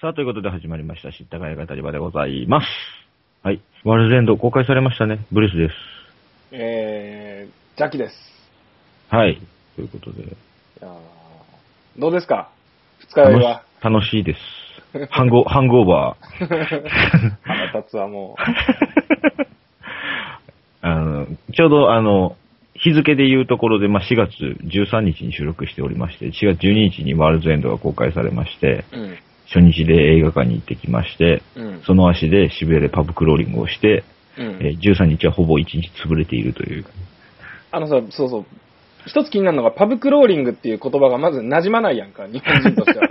さあ、ということで始まりました、知ったかい語り場でございます。はい。ワールドエンド公開されましたね。ブルースです。えー、邪気です。はい。ということで。いやーどうですか二日酔いは。楽しいです。ハンゴ、 ハンゴーバー。腹立つはもあの、ちょうどあの、日付で言うところで、まあ、4月13日に収録しておりまして、4月12日にワールドエンドが公開されまして、う。うん。初日で映画館に行ってきまして、うん。その足で渋谷でパブクローリングをして、うんえー13日はほぼ1日潰れているという。あのさ、そうそう。一つ気になるのが、パブクローリングっていう言葉がまず馴染まないやんか、日本人と しては。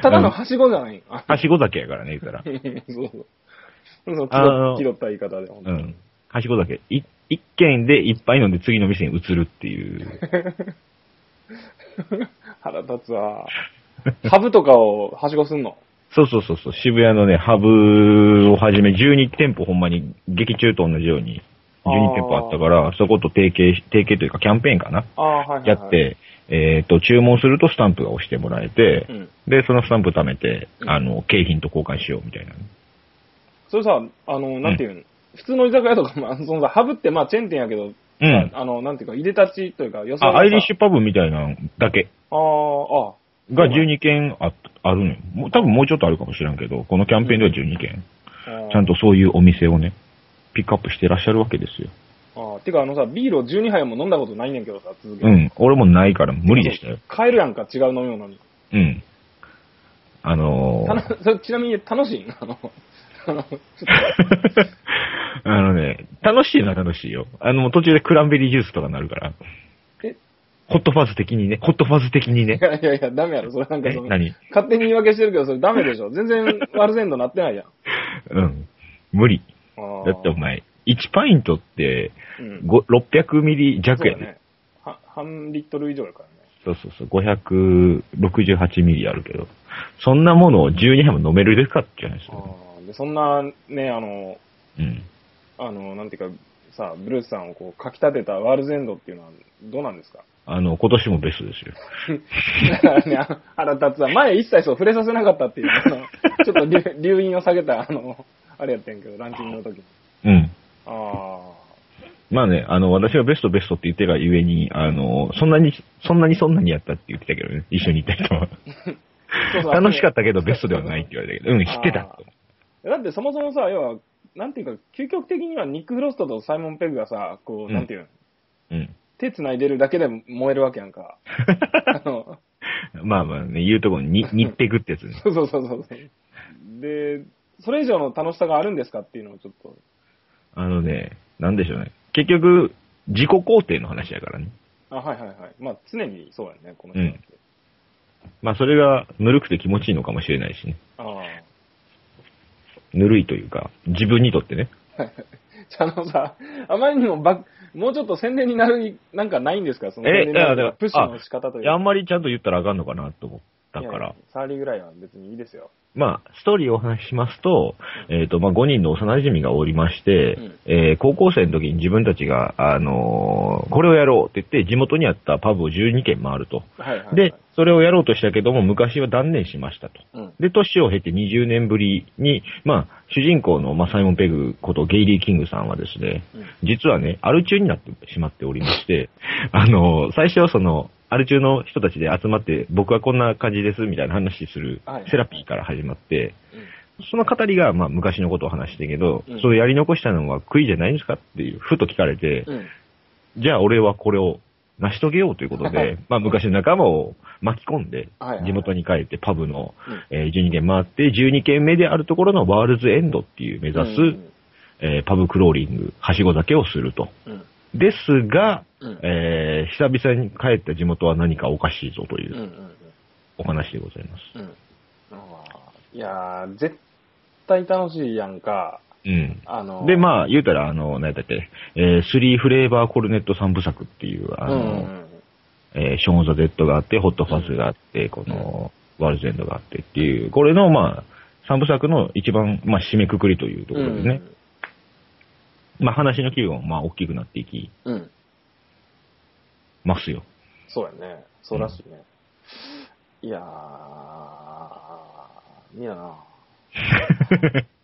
ただのはしごじゃないよ。あはしご酒やからね、言ったら。 そうそう。そう、気あの取気取った言い方で、ほんうとん。はしご酒。い一軒で一杯飲んで次の店に移るっていう。 腹立つわ。ハブとかをはしごすんのそうそうそうそう。渋谷のね、ハブをはじめ12店舗ほんまに劇中と同じようにあー12店舗あったから、そこと提携し、提携というかキャンペーンかな。ああー、はい はい、やはい。って、えっ、と、注文するとスタンプが押してもらえて、うん。で、そのスタンプ貯めて、うんあの、景品と交換しようみたいな。それさ、あの、なんていうの、普通の居酒屋とかも、あのそのさ、ハブってまあチェーン店やけど、うん。あの、なんていうか、入れたちというか、予想あ、アイリッシュパブみたいなのだけあーあが12軒ああるのよ。もう多分もうちょっとあるかもしれんけど、このキャンペーンでは12軒。ー、あーちゃんとそういうお店をね、ピックアップしてらっしゃるわけですよ。あーてか、あのさ、ビールを12杯も飲んだことないねんけどさ、続けて。うん。俺もないから無理でしたよ。買えるやんか、違う飲み物に。うん。あのたのー、それちなみに楽しい んあの、あの、ちょっ あのね、楽しいのは楽しいよ。あの、もう途中でクランベリージュースとかなるから。えホットファズ的にね、ホットファズ的にね と、。いやいやいや、ダメやろ、それなんかえその、何勝手に言い訳してるけど、それダメでしょ。全然悪せんとなってないやん。うん。無理。あーだってお、前、1パイントって、うん、ご600ミリ弱やそうだね。ね。は半リットル以上やからね。そうそうそう、568ミリあるけど、そんなものを12杯も飲めるですかって話ですよ。あーで、そんな、ね、あの、うん。あの、なんていうか、さ、ブルースさんをこう、かき立てたワールズエンドっていうのは、どうなんですかあの、今年もベストですよ。だから ね、あの腹立つは、前一切そう触れさせなかったっていう、あの、ちょっと 留留飲を下げた、あの、あれやってんけど、ランキングの時に。うん。あまあね、あの、私はベストベストって言ってがゆえに、あの、そんなに、そんなにそんなにやったって言ってたけどね、一緒に行った人は。あ。そうそう楽しかったけどベストではないって言われたけど、うん、知ってたと。だってそもそもさ、要は、なんていうか、究極的にはニック・フロストとサイモン・ペグがさ、こうう、んなんていうの、うん。手繋いでるだけで燃えるわけやんか。 あの、まあまあね、言うとこに、に、にってくってやつね。そうそうそうそう。で、それ以上の楽しさがあるんですかっていうのをちょっと、あのね、なんでしょうね。結局、自己肯定の話やからね。あ、はいはいはい。まあ、常にそうやね、このう人んって。まあそれが、ぬるくて気持ちいいのかもしれないしね。ああ。 ぬるいというか、自分にとってね。じゃあ、あのさ、あまりにもば、もうちょっと宣伝になる、なんかないんですかそのえ宣伝にないるやだからプッシュの仕方といういや、あんまりちゃんと言ったらあかんのかなと思ったかいやいらや。サーリーぐらいは別にいいですよ。まあ、ストーリーをお話ししますと、えっ、と、まあ、5人の幼馴染がおりまして、うんえー高校生の時に自分たちが、あのーこれをやろうって言って、地元にあったパブを12軒回ると。はいはい、はい。で、それをやろうとしたけども、昔は断念しましたと。うん。で、年を経て20年ぶりに、まあ、主人公の、まあ、サイモン・ペグことゲイリー・キングさんはですね、うん実はね、アル中になってしまっておりまして、 あの、最初はその、アル中の人たちで集まって、僕はこんな感じですみたいな話するはいセラピーから始まって、その語りが、まあ、昔のことを話してるけど、うんそれやり残したのは悔いじゃないんですかっていう、ふと聞かれて、うん。うん。じゃあ俺はこれを成し遂げようということはで い、まあ、昔の仲間を巻き込んではいはいは、い地元に帰ってパブの、えー12軒回って、12軒目であるところのワールズエンドっていう目指す、うんえーパブクローリング、はしごだけをすると。うん。ですが、うん。えー久々に帰った地元は何かおかしいぞというん。う。うんお話でございます。うん。あーいやー、絶対楽しいやんか。うん。あの、で、あ、まあ、言うたら、あの、何だっけ、えースリーフレーバーコルネット三部作っていう、あうんの、うんえーショーン・オブザ・デッドがあって、ホット・ファズがあって、この、ワールズ・エンドがあってっていう、これの、まあ、三部作の一番、まあ、締めくくりというとこうん。ろでね、まあ、話の規模も、まあ、大きくなっていきうん。うん。ますよ。そうやね。そうらしいね。いやー、い やな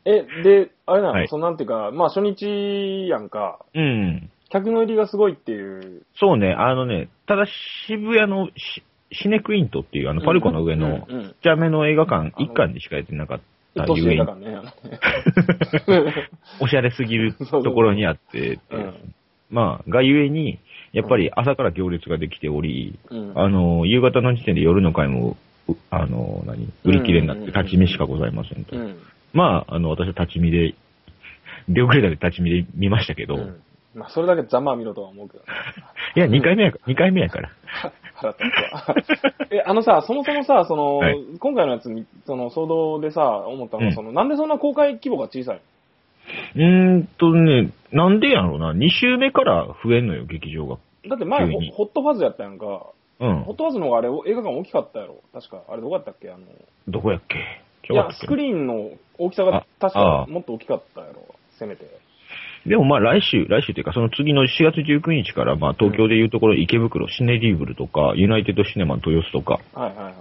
え、で、あれなの、はいそのなんていうか、まあ初日やんか、うん。客の入りがすごいっていう。そうね、あのね、ただ渋谷のシシネクイントっていう、あの、パルコの上の、うんうんちっちゃめの映画館、一館でしかやってなかった年ゆえ上にだからね。あのねおしゃれすぎるそうそうところにあってうん、まあ、がゆえに、やっぱり朝から行列ができており、 う んあの、夕方の時点で夜の会も、うあの、何、売り切れになっうんて、うんうんうん立ち見しかございませんとう。ん。まあ、あの、私は立ち見で、出遅れたんで立ち見で見ましたけど、うんまあそれだけざまあ見ろとは思うけどね。 いや、2回目やから、2回目やから。腹立つわ。え、あのさ、そもそもさ、その、はい今回のやつみ、その騒動でさ、思ったのは、うんその、なんでそんな公開規模が小さいのうーんとね、なんでやろうな、2週目から増えんのよ、劇場が。だって前急にホ、ホットファズやったやんか。ホうんッ。トファズの方があれ、お映画館大きかったやろ。確か。あれどこやったっけあの、どこやっけいや、スクリーンの大きさがあ確あかあもっと大きかったやろ。せめて。でもまあ来週、来週というかその次の4月19日からまあ東京でいうところ池袋、シネリーブルとか、ユナイテッドシネマの豊洲とか、はいはいはい。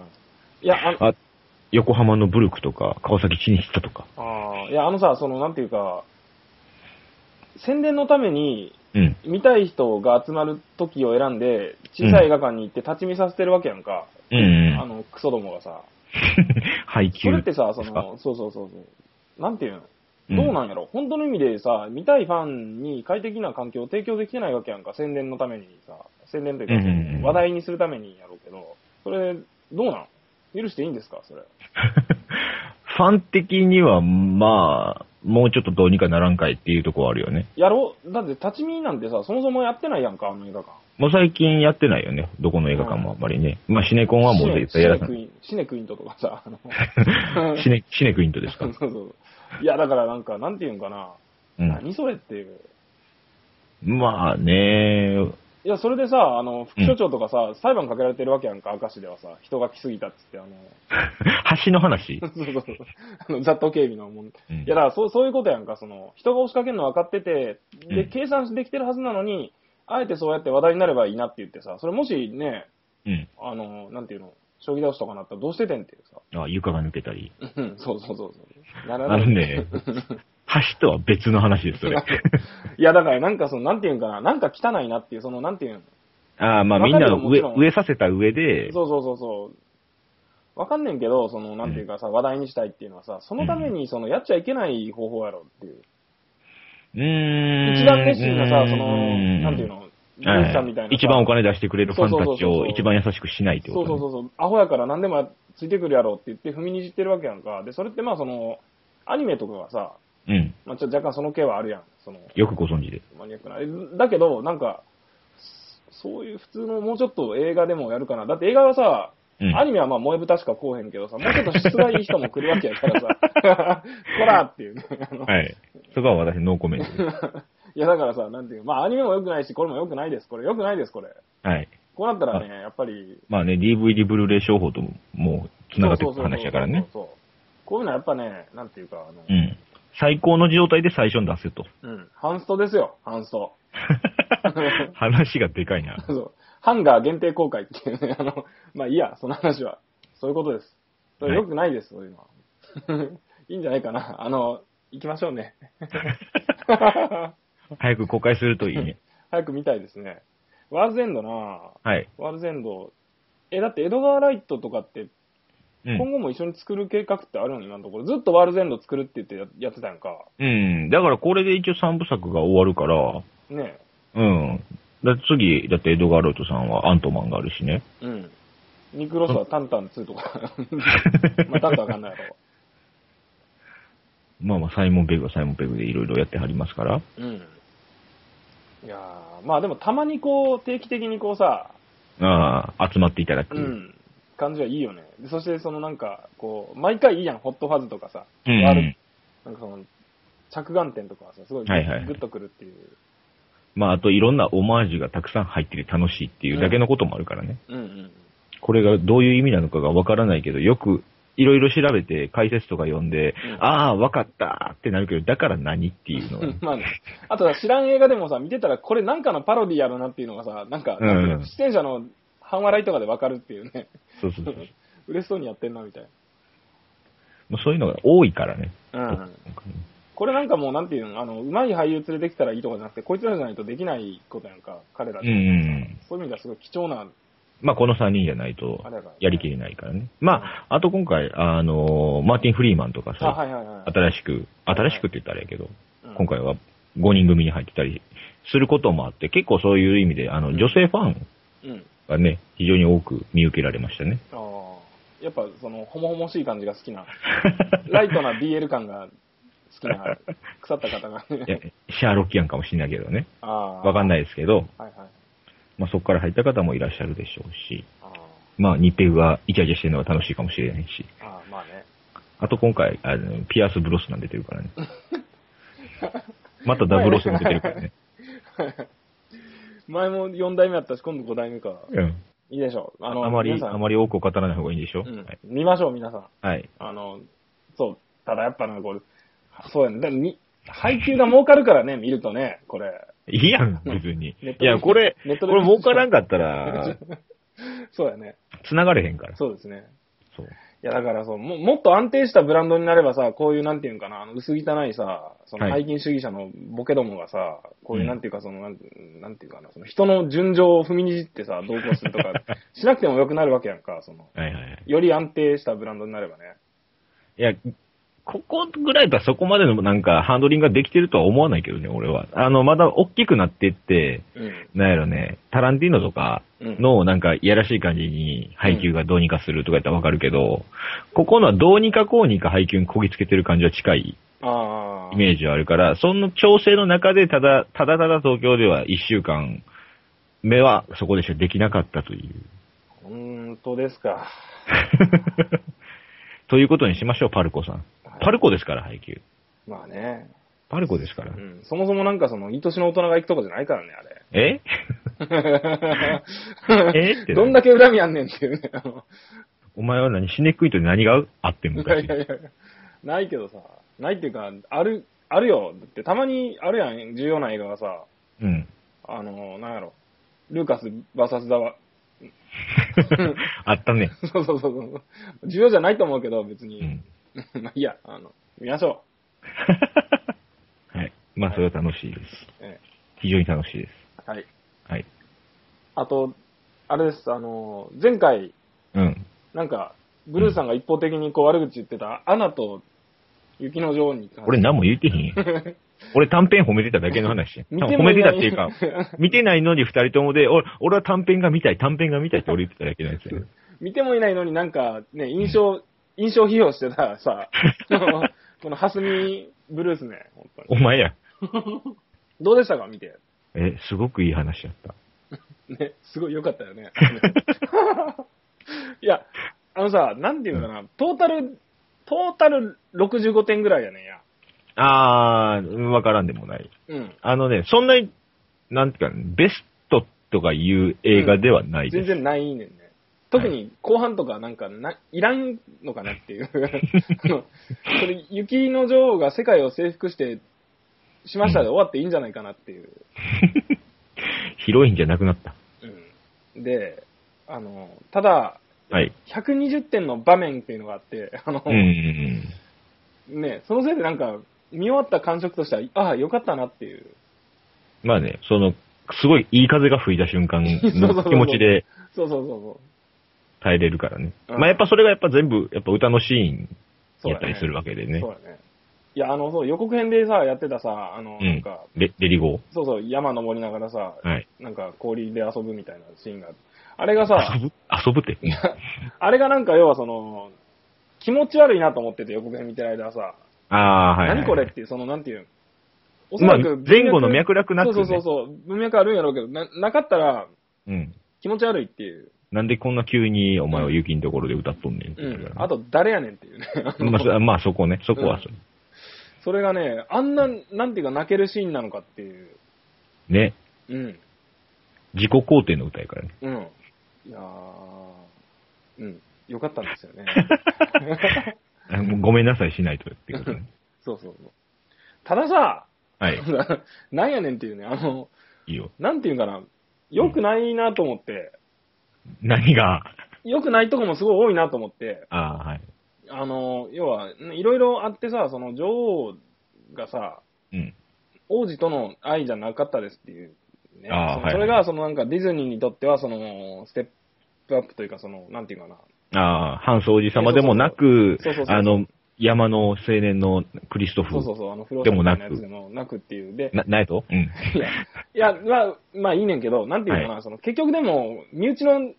いや、あの、あ横浜のブルクとか、川崎チニヒタとか。あーいや、あのさ、その、なんていうか、宣伝のために、うん。見たい人が集まる時を選んで、小さい映画館に行って立ち見させてるわけやんか。うん、うあん。 の、クソどもがさ。配そ給。れってさ、そですかの、そうそうそうそう。なんていうのうんどうなんやろ、本当の意味でさ、見たいファンに快適な環境を提供できてないわけやんか。宣伝のためにさ、宣伝とうんうんいううんか、話題にするためにやろうけど、それ、どうなん許していいんですかそれ。ファン的にはまあ、もうちょっとどうにかならんかいっていうところあるよね。やろうだって立ち見なんてさ、そもそもやってないやんか、あの映画館。もう最近やってないよね。どこの映画館もあんまりね。まあシネコンはもう絶対やらさシネクない。インシネクイントとかさ、あのシネ、シネクイントですそかう。そうそう。いや、だからなんか、なんていうんかな、うん。何それっていう。まあね、いや、それでさ、あの、副所長とかさ、裁判かけられてるわけやんか、明石ではさ、人が来すぎたっつって、あの、 橋の話。そうそうそう、あの、雑踏警備のもん。いうんや、だからそう、そういうことやんか、その、人が押しかけるの分かってて、うで、ん計算できてるはずなのに、あえてそうやって話題になればいいなって言ってさ、それもしね、うん。あの、なんていうの、将棋倒しとかなったらどうしててんっていうさ、あ、床が抜けたり。うん、 そうそうそうそう。ならあなのい。ね、橋とは別の話です、そ れ。いや、だからなんかその、なんていうんかな、なんか汚いなっていう、その、なんていうん、ああ、まあわかみるんよなのもち上、ろん植えさせた上で、そうそうそうそう。わかんねんけど、その、なんていうかさ、話題にしたいっていうのはさ、そのために、その、やっちゃいけない方法やろっていう。うーん。一番熱心なさ、そーの、なんていうの、はいジュンさんみたいなさ。一番お金出してくれるファンたちそうそうそうをそう一番優しくしないってそこうそうそとうそう、アホやから何でもついてくるやろって言って踏みにじってるわけやんか。で、それってまあ、その、アニメとかがさ、ね。うん。まあ、ちょっと若干その系はあるやん。その、よくご存知で。マニアックな。えだけど、なんか、そういう普通のもうちょっと映画でもやるかな。だって映画はさ、うん。アニメはまあ萌え豚しかこうへんけどさ、もうちょっと質がいい人も来るわけやからさ、 こらーっていうね。あのはい。そこは私、ノーコメント です。いやだからさ、なんていう、まあアニメも良くないし、これも良くないです、これ良くないです、これ。はい。こうなったらね、やっぱり。まあね、DVD ブルーレイ商法とも、もう、繋がっていく話だからね。そうそうそうそう。こういうのはやっぱね、なんていうか、あの、うん。最高の状態で最初に出せと。うん、ハンストですよ、ハン スト。話がでかいな。そう。ハンガー限定公開っていうね、あの、まあいいや、その話は。そういうことです。それ良くないです、そういうのは。 いいんじゃないかな。あの、行きましょう ね。早く公開するといいね。早く見たいですね。ワールズエンドなぁはい。ワールズエンド。え、だって江戸川ライトとかって、うん今後も一緒に作る計画ってあるの今のところ。ずっとワールズエンド作るって言ってややってたやんか。うん。だからこれで一応三部作が終わるから、ねうん。だって次、だってエドガー・ロイトさんはアントマンがあるしね。え。うん。ニクロスはタンタン2とか。 まあ、タンタンわかんないやろ。まあまあ、サイモン・ペグはサイモン・ペグでいろいろやってはりますから。うん。いやーまあでもたまにこう、定期的にこうさ、ああ、集まっていただく。うん、感じはいいよね。でそしてそのなんか、こう、毎回いいやん、ホットファズとかさ、うんワールなんかその、着眼点とかはさ、すごいグはいはいッグッとくるっていう。まあ、あといろんなオマージュがたくさん入ってて楽しいっていうだけのこともあるからね。うんうん。これがどういう意味なのかがわからないけど、よくいろいろ調べて解説とか読んで、うんああ、わかったってなるけど、だから何っていうのは うん まあね、あとさ知らん映画でもさ、見てたらこれなんかのパロディやろなっていうのがさ、なんか、うんうんなんか出演者の半笑いとかでわかるっていうね、そうそうそう。嬉しそうにやってんなみたいまあそういうのが多いからね。うん。これなんかもうなんていうの、あの、うまい俳優連れてきたらいいとかじゃなくて、こいつらじゃないとできないことやんか、彼らっうんてうんうん。そういう意味ではすごい貴重な、まあ、この3人じゃないとあれやからやりきれないからね。まあ、あと今回、あのーマーティン・フリーマンとかあ、さ、はいはいはい。新しく、新しくって言ったらあれやけど、うん今回は5人組に入ってたりすることもあって、結構そういう意味で、あの、うん女性ファンうん。がね、非常に多く見受けられましたね。ああ。やっぱその、ほもほもしい感じが好 きな、ライトな BL 感が好きな、腐った方が。 いやシャーロッキアンかもしれないけどね。ああ。わかんなない。いですけど、はいはい。まあ、そこから入った方もいらっしゃるでしょうし、あまあ、ニペグがイチャイチャしてるのが楽しいかもしれないし、あ、ああまあね。あと今回、あのピアス・ブロスなん出てるからね。またダブロスも出てる からね。前も4代目やったし、今度5代目か。うん。いいでしょう。あの、あまり、皆さんあまり多くを語らない方がいいんでしょ、うんはい。見ましょう、皆さん。はい。あの、そう、ただやっぱね、これ、そうやね。だからに配給が儲かるからね、見るとね、これ。いいやん、別に。ネットでいや、これ、ネットこでれ儲からんかったら、 そうやね。繋がれへんから。そうですね。そう。いや、だからそうも、もっと安定したブランドになればさ、こういう、なんていうんかな、あの薄汚いさ、そのはい拝金主義者のボケどもがさ、こういうう、んなんていうか、その、なんなんていうかな、その人の順情を踏みにじってさ、同行すると か、しなくてもよくなるわけやんか、その、はいはいはい。より安定したブランドになればね。いや、ここぐらいだったらそこまでのなんかハンドリングができてるとは思わないけどね、俺は。あの、まだ大きくなってって、うん。なんやろね、タランティーノとかうんのなんかいやらしい感じに配給がどうにかするとかやったらわかるけど、ここのはどうにかこうにか配給にこぎつけてる感じは近いああ。イメージはあるから、その調整の中でただ、ただただ東京では一週間目はそこでしかできなかったという。 本当ですか。ということにしましょう、パルコさんはい。パルコですから、配給。まあね。パルコですからう。ん。そもそもなんかその、愛しの大人が行くとこじゃないからね、あれ。 ええ ってなどんだけ恨みあんねんっていうね。あのお前は何、シネクイと何があってんいのか やいやいや、ないけどさ、ないっていうか、ある、あるよ。だってたまにあるやん、重要な映画がさ、うん。 あの、なんやろ、ルーカス VS ダワ。 あったね。そうそうそうそう。重要じゃないと思うけど、別うに。ん。 まあいいや、あの、見ましょはい。まあ、それは楽しいです。う。え非常に楽しいです。えはい。はい。あと、あれです、あの、前回、うん。なんか、ブルーさんが一方的にこう悪口言ってた、アナと雪の女王に関して俺何も言ってへんよ。 俺短編褒めてただけの話や。見多て分も褒めいてなたいっていうか、見てないのに二人ともで、俺俺は短編が見たい、短編が見たいって俺言ってただけのやつや。見てもいないのになんかね、印象、印象批評してた さ、このこのハスミブルースね、本当に。お前や。どうでしたか見て。え、すごくいい話やった。ね、すごい良かったよね。 いや、あのさ、なんていうのかな、トータル、トータル65点ぐらいやねんや。あー、わからんでもない。うん。あのね、そんなに、なんていうか、ベストとかいう映画ではないです。全然ないねんね。特に後半とかなんかな、いらんのかなっ ていう。あのそれ、雪の女王が世界を征服して、しましたで終わっていいんじゃないかなっていう。ヒロインじゃなくなった。うんで、あの、ただ、はい。 120点の場面っていうのがあって、 あの、うんうんうん。ね、そのせいでなんか、見終わった感触としては、ああ、よかったなっていう。まあね、その、すごいいい風が吹いた瞬 間の気持ちでそうそうそうそう。耐えれるからね。うんまあやっぱそれがやっぱ全部、やっぱ歌のシーンそうやだったりするわけでね。そうだね。いや、あの、そう、予告編でさ、やってたさ、あの、うなんんか、。レレリゴそうそう、山登りながらさ、ー。はい。なんか氷で遊ぶみたいなシーンがあるあれ がさ、遊ぶ遊ぶ って。あれがなんか要はその、気持ち悪いなと思ってて予告編見てる間はさ、ああ、はい、はい。何これっていう、その、なんていう、おまあ、前後の脈絡なく、ね、そうそうそうそう、文脈あるんやろうけど、ななかったらうん。気持ち悪いっていう。なんでこんな急にお前は雪のところで歌っとんねんってう言うんか。らあと、誰やねんっていうね。 まあそ、まあそこね、そこはそそれがね、あんな、なんていうか泣けるシーンなのかっていう。う。ね。うん。自己肯定の歌やからね。うん。いやーうん。よかったんです よね。あもうごめんなさいしないとってこと ね。そうそうそう。たださ、 はい。なんやねんっていうね、あの、いいよ。なんていうんかな、良くないなと思って、何が、良くないとこもすごい多いなと思って、ああ、はい。あの、要は、んいろいろあってさ、その女王がさ、うん。王子との愛じゃなかったですっていう、ね。あーそのはいそれが、そのなんかディズニーにとっては、その、ステップアップというか、その、なんていうかな。ああ、ハンス王子様でもなくそうそうそうそうそう、そうあの、山の青年のクリストフそうそうそう、あの、フローでもなくのやつでもなくっていう。で、な、ないとうん。いや、いやまあ、まあいいねんけど、なんていうかな、その結局でも、身内の、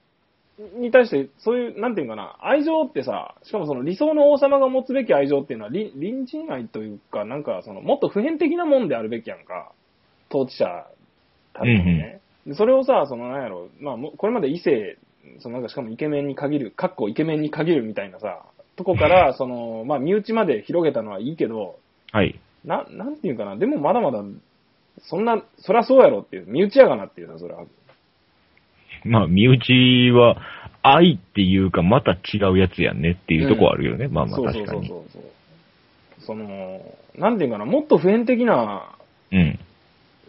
に対して、そういう、なんていうかな、愛情ってさ、しかもその理想の王様が持つべき愛情っていうのは、り隣人愛というか、なんか、その、もっと普遍的なもんであるべきやんか、統治者たちのね。でそれをさ、その、なんやろ、まあ、もうこれまで異性、そのなんか、しかもイケメンに限る、かっこイケメンに限るみたいなさ、とこから、その、まあ、身内まで広げたのはいいけど、はい。な、なんていうかな、でもまだまだ、そんな、そりゃそうやろっていう、身内やがなっていうな、それは。まあ、身内は、愛っていうか、また違うやつやんねっていうとこあるよね。まあまあ、そうそ確うかそうに。そう。その、なんていうかな、もっと普遍的なうん。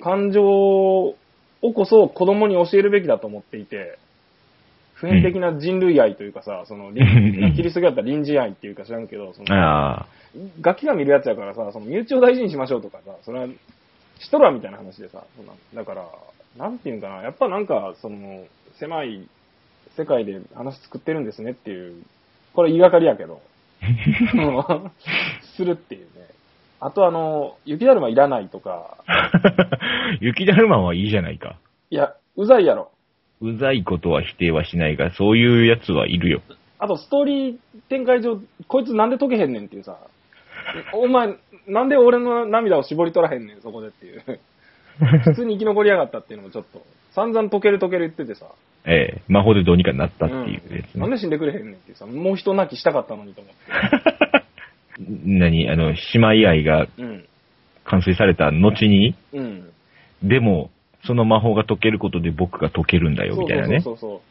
感情をこそ子供に教えるべきだと思っていて、普遍的な人類愛というかさ、 その、うんキリスト教だったら臨時愛っていうか知らんけど、その、ああ、楽器が見るやつやからさ、その身内を大事にしましょうとかさ、それは、しとらみたいな話でさ、そんなだから、なんていうんかな、やっぱなんか、その、狭い世界で話作ってるんですねっていう、これ言いがかりやけど、 するっていうね。あとあの、雪だるまいらないとか、 雪だるまはいいじゃないか。いや、うざいやろ。うざいことは否定はしないが、そういうやつはいるよ。あと、ストーリー展開上、こいつなんで解けへんねんっていうさ、お前、なんで俺の涙を絞り取らへんねん、そこでっ ていう。普通に生き残りやがったっていうのもちょっと、散々解ける解ける言っててさ、ええ、魔法でどうにかなったっていうやつうんなねん。で死んでくれへんねんっていうさ、もう人泣きしたかったのにと思って。何あの、姉妹愛がうん。完遂された後に、うん。でも、その魔法が解けることで僕が解けるんだよ、そうみたいなそうね。そうそ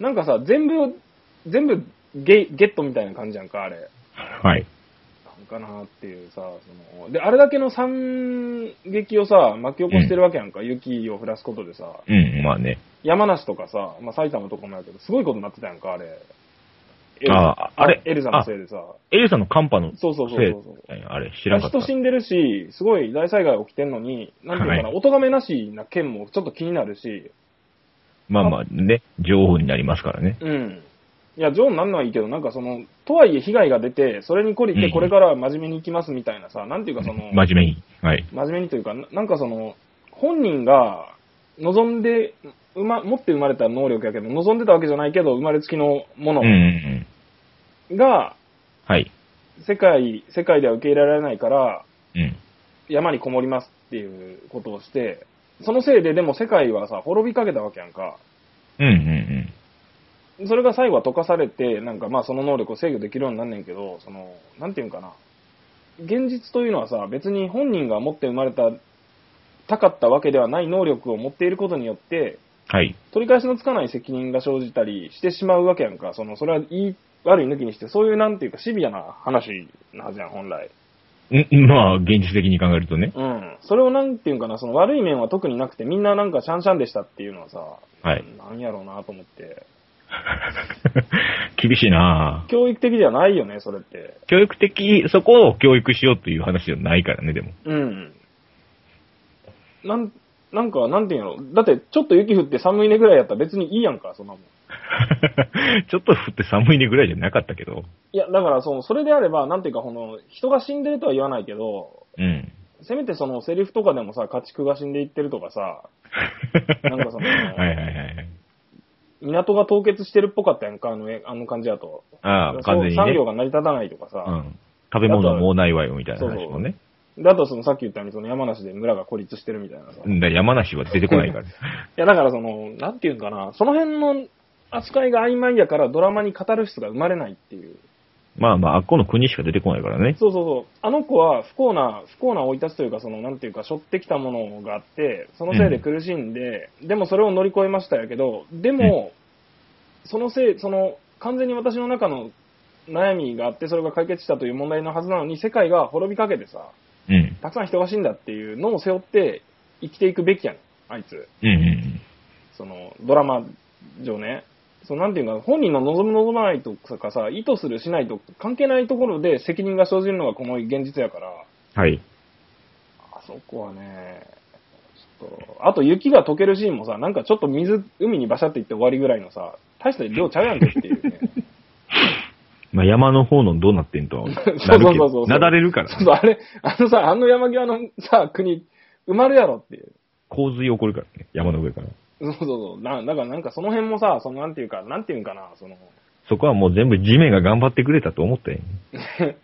う。なんかさ、全部、全部ゲゲットみたいな感じやんか、あれ。はい。なんかなっていうさ、その、で、あれだけの惨劇をさ、巻き起こしてるわけやんか、雪を降らすことでさ、うん、まあね。山梨とかさ、まあ、埼玉とかもやけど、すごいことになってたやんか、あれ。エルザああれエルザのせいでさ。エリさんのカンパのそうそうそうせいそう。あれ、知らなかった。人死んでるし、すごい大災害起きてんのに、なんていうのかな、はお咎めなしな件もちょっと気になるし、まあまあね、情報になりますからね。うん。いや、ジョーになんのはいいけど、なんかその、とはいえ被害が出て、それに懲りうてんこれからは真面目に行きますみたいなさ、なんていうかその、真面目に。はい。真面目にというか、ななんかその、本人が望んで、うま、持って生まれた能力やけど、望んでたわけじゃないけど、生まれつきのもうのんうんうん。が、はい。世界、世界では受け入れられないから、うん。山にこもりますっていうことをして、そのせいででも世界はさ、滅びかけたわけやんか。うんうんそれが最後は溶かされて、なんかまあその能力を制御できるようになんねんけど、その、なんていうんかな。現実というのはさ、別に本人が持って生まれた、たかったわけではない能力を持っていることによって、うん。はい。取り返しのつかない責任が生じたりしてしまうわけやんか。その、それは言い、悪い抜きにして、そういうなんていうかシビアな話なはずやん、本来。んまあ、現実的に考えるとね。うん。それをなんていうんかな、その悪い面は特になくて、みんななんかシャンシャンでしたっていうのはさ、はい。 なんやろうなと思って。厳しいなぁ教育的ではないよね、それって。教育的、そこを教育しようという話じゃないからね、でも。 うん。なん、なんか、なんていうんやろ。だって、ちょっと雪降って寒いねぐらいやったら別にいいやんか、そんなもん。ちょっと降って寒いねぐらいじゃなかったけど。いや、だから、その、それであれば、なんていうか、この、人が死んでるとは言わないけど、うん。せめてその、セリフとかでもさ、家畜が死んでいってるとかさ、なんかそのはいはいはい。港が凍結してるっぽかったやんか、あの絵、あの感じだと。あそあ、う完全に産ね。業が成り立たないとかさ、うん。食べ物もうないわよ、みたいな話もね。だとそのさっき言ったようにその山梨で村が孤立してるみたいなさ。ういんだから山梨は出てこないから。やだからその、なんていうんかな、その辺の扱いが曖昧やからドラマに語る質が生まれないっていう。まあまあ、あっこの国しか出てこないからね。そうそうそう。あの子は不幸な、不幸な生い立ちというかその、なんていうか、背負ってきたものがあって、そのせいで苦しんで、でもそれを乗り越えましたやけど、でも、そのせい、その、完全に私の中の悩みがあって、それが解決したという問題のはずなのに、世界が滅びかけてさ、うん。たくさん人が死んだっていうのを背負って生きていくべきやねん、あいつ。うんうんその、ドラマ上ね。そのなんていうか、本人の望む望まないとかさ、意図するしないと関係ないところで責任が生じるのがこの現実やから、はい。あそこはね、ちょっと、あと雪が溶けるシーンもさ、なんかちょっと水、海にバシャって行って終わりぐらいのさ、大した量ちゃうやんけって いうね。まあ、山の方のどうなってんとはなるけど、 そうそうそうそうなだれるからちょっとあれ、あのさ、あの山際のさ、国、埋まるやろっていう。洪水起こるからね、山の上から。そうそうそう。な、だからなんかその辺もさ、そのなんていうか、なんていうんかな、その、そこはもう全部地面が頑張ってくれたと思 ったよ、ね。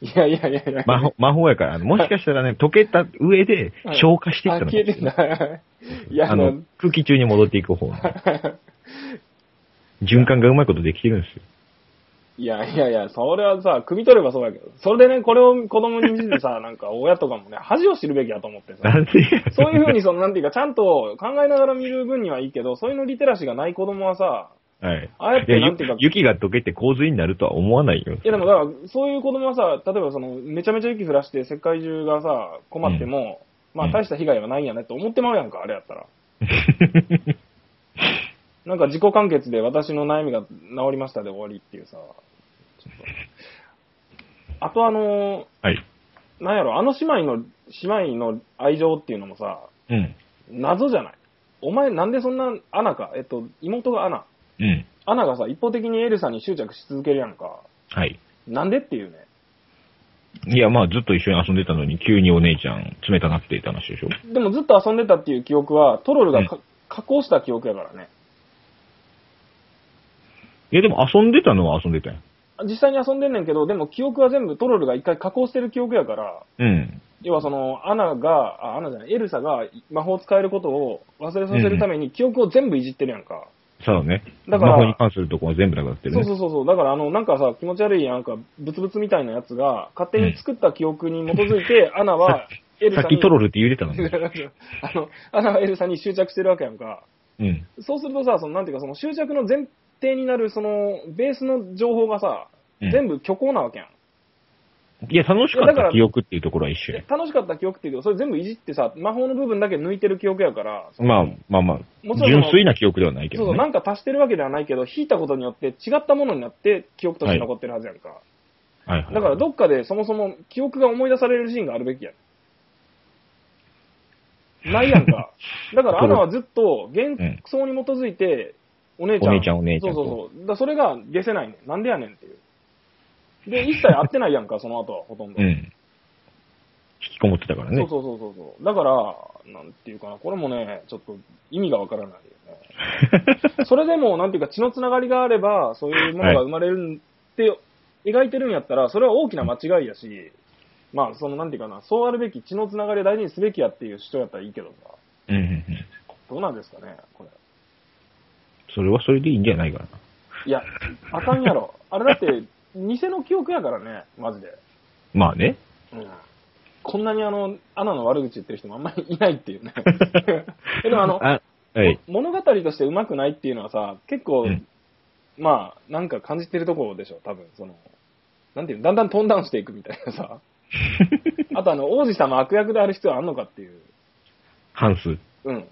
いやいやいやいや。魔法、魔法やから、あのもしかしたらね、溶けた上ではい消化していったのかも あし消れえないてんだ。いや、ああの、の、空気中に戻っていく 方の。循環がうまいことできてるんですよ。いやいやいや、それはさ、汲み取ればそうやけど、それでね、これを子供に見せてさ、なんか親とかもね、恥を知るべきだと 思ってなさ、んでや そういうふうに、その、なんていうか、ちゃんと考えながら見る分にはいいけど、そういうのリテラシーがない子供はさ、はい。ああやっていやなんていうか雪が溶けて洪水になるとは思わないよ。いやでもだから、そういう子供はさ、例えばその、めちゃめちゃ雪降らして、世界中がさ、困っても、まあうん大した被害はないんやねって思ってまうやんか、あれや ったら。なんか自己完結で私の悩みが治りましたで終わりっていうさ、ちょっと。あとあのはい。ー、なんやろ、あの姉妹の、姉妹の愛情っていうのもさ、うん。謎じゃないお前なんでそんな、アナか、えっと、妹がアナ。うん。アナがさ、一方的にエルサに執着し続けるやんか。はい。なんでっていうね。いや、まあ、ずっと一緒に遊んでたのに、急にお姉ちゃん、冷たなっていた話でしょ。でもずっと遊んでたっていう記憶は、トロルがか加工した記憶やからね。いや、でも遊んでたのは遊んでたよ。実際に遊んでんねんけど、でも記憶は全部トロルが一回加工してる記憶やから、うん。要はその、アナが、あ、アナじゃない、エルサが魔法を使えることを忘れさせるために記憶を全部いじってるやんか。そうね。だから魔法に関するとこは全部なくなってるそね。うそうそうそう。だからあの、なんかさ、気持ち悪いなんか、ブツブツみたいなやつが、勝手に作った記憶に基づいて、アナ は、エルさサっに、きトロルって言うてたのに。 あの、アナはエルサに執着してるわけやんか。うん。そうするとさ、その、なんていうか、その執着の前提になる、その、ベースの情報がさ、うん全部虚構なわけやん。いや、楽しかだっからた記憶っていうところは一緒やで。楽しかった記憶っていうけど、それ全部いじってさ、魔法の部分だけ抜いてる記憶やから、そのまあまあまあも、ちろん純粋な記憶ではないけそうどそう、ね。なんか足してるわけではないけど、引いたことによって違ったものになって記憶として残ってるはずやんか。はいはい。だからどっかでそもそも記憶が思い出されるシーンがあるべきやん。ないやん か。だからアナはずっと幻想に基づいて、お姉ちゃん。お姉ちゃんお姉ちゃんとそうそうそう。だからそれが消せないねん。なんでやねんっていう。で、一切会ってないやんか、その後はほとんうど。ん。引きこもってたからそねう。そうそうそうそう。だから、なんていうかな、これもね、ちょっと意味がわからないよね。それでも、なんていうか、血のつながりがあれば、そういうものが生まれるって描いてるんやったら、それは大きな間違いやし、まあ、その、なんていうかな、そうあるべき血のつながりを大事にすべきやっていう主張やったらいいけどさ、うんうんうん。どうなんですかね、これ。それはそれでいいんじゃないかな。いや、あかんやろ。あれだって、偽の記憶やからね、マジで。まあね。うんこんなにあの、アナの悪口言ってる人もあんまりいないっていうね。えでもあの、あ、はい。物語としてうまくないっていうのはさ、結う構、んまあ、なんか感じてるところでしょ、多分その、なんていうの、だんだんトーンダウンしていくみたいな さ。あと、あの、王子様悪役である必要あんのかっていう。ハンス。うん。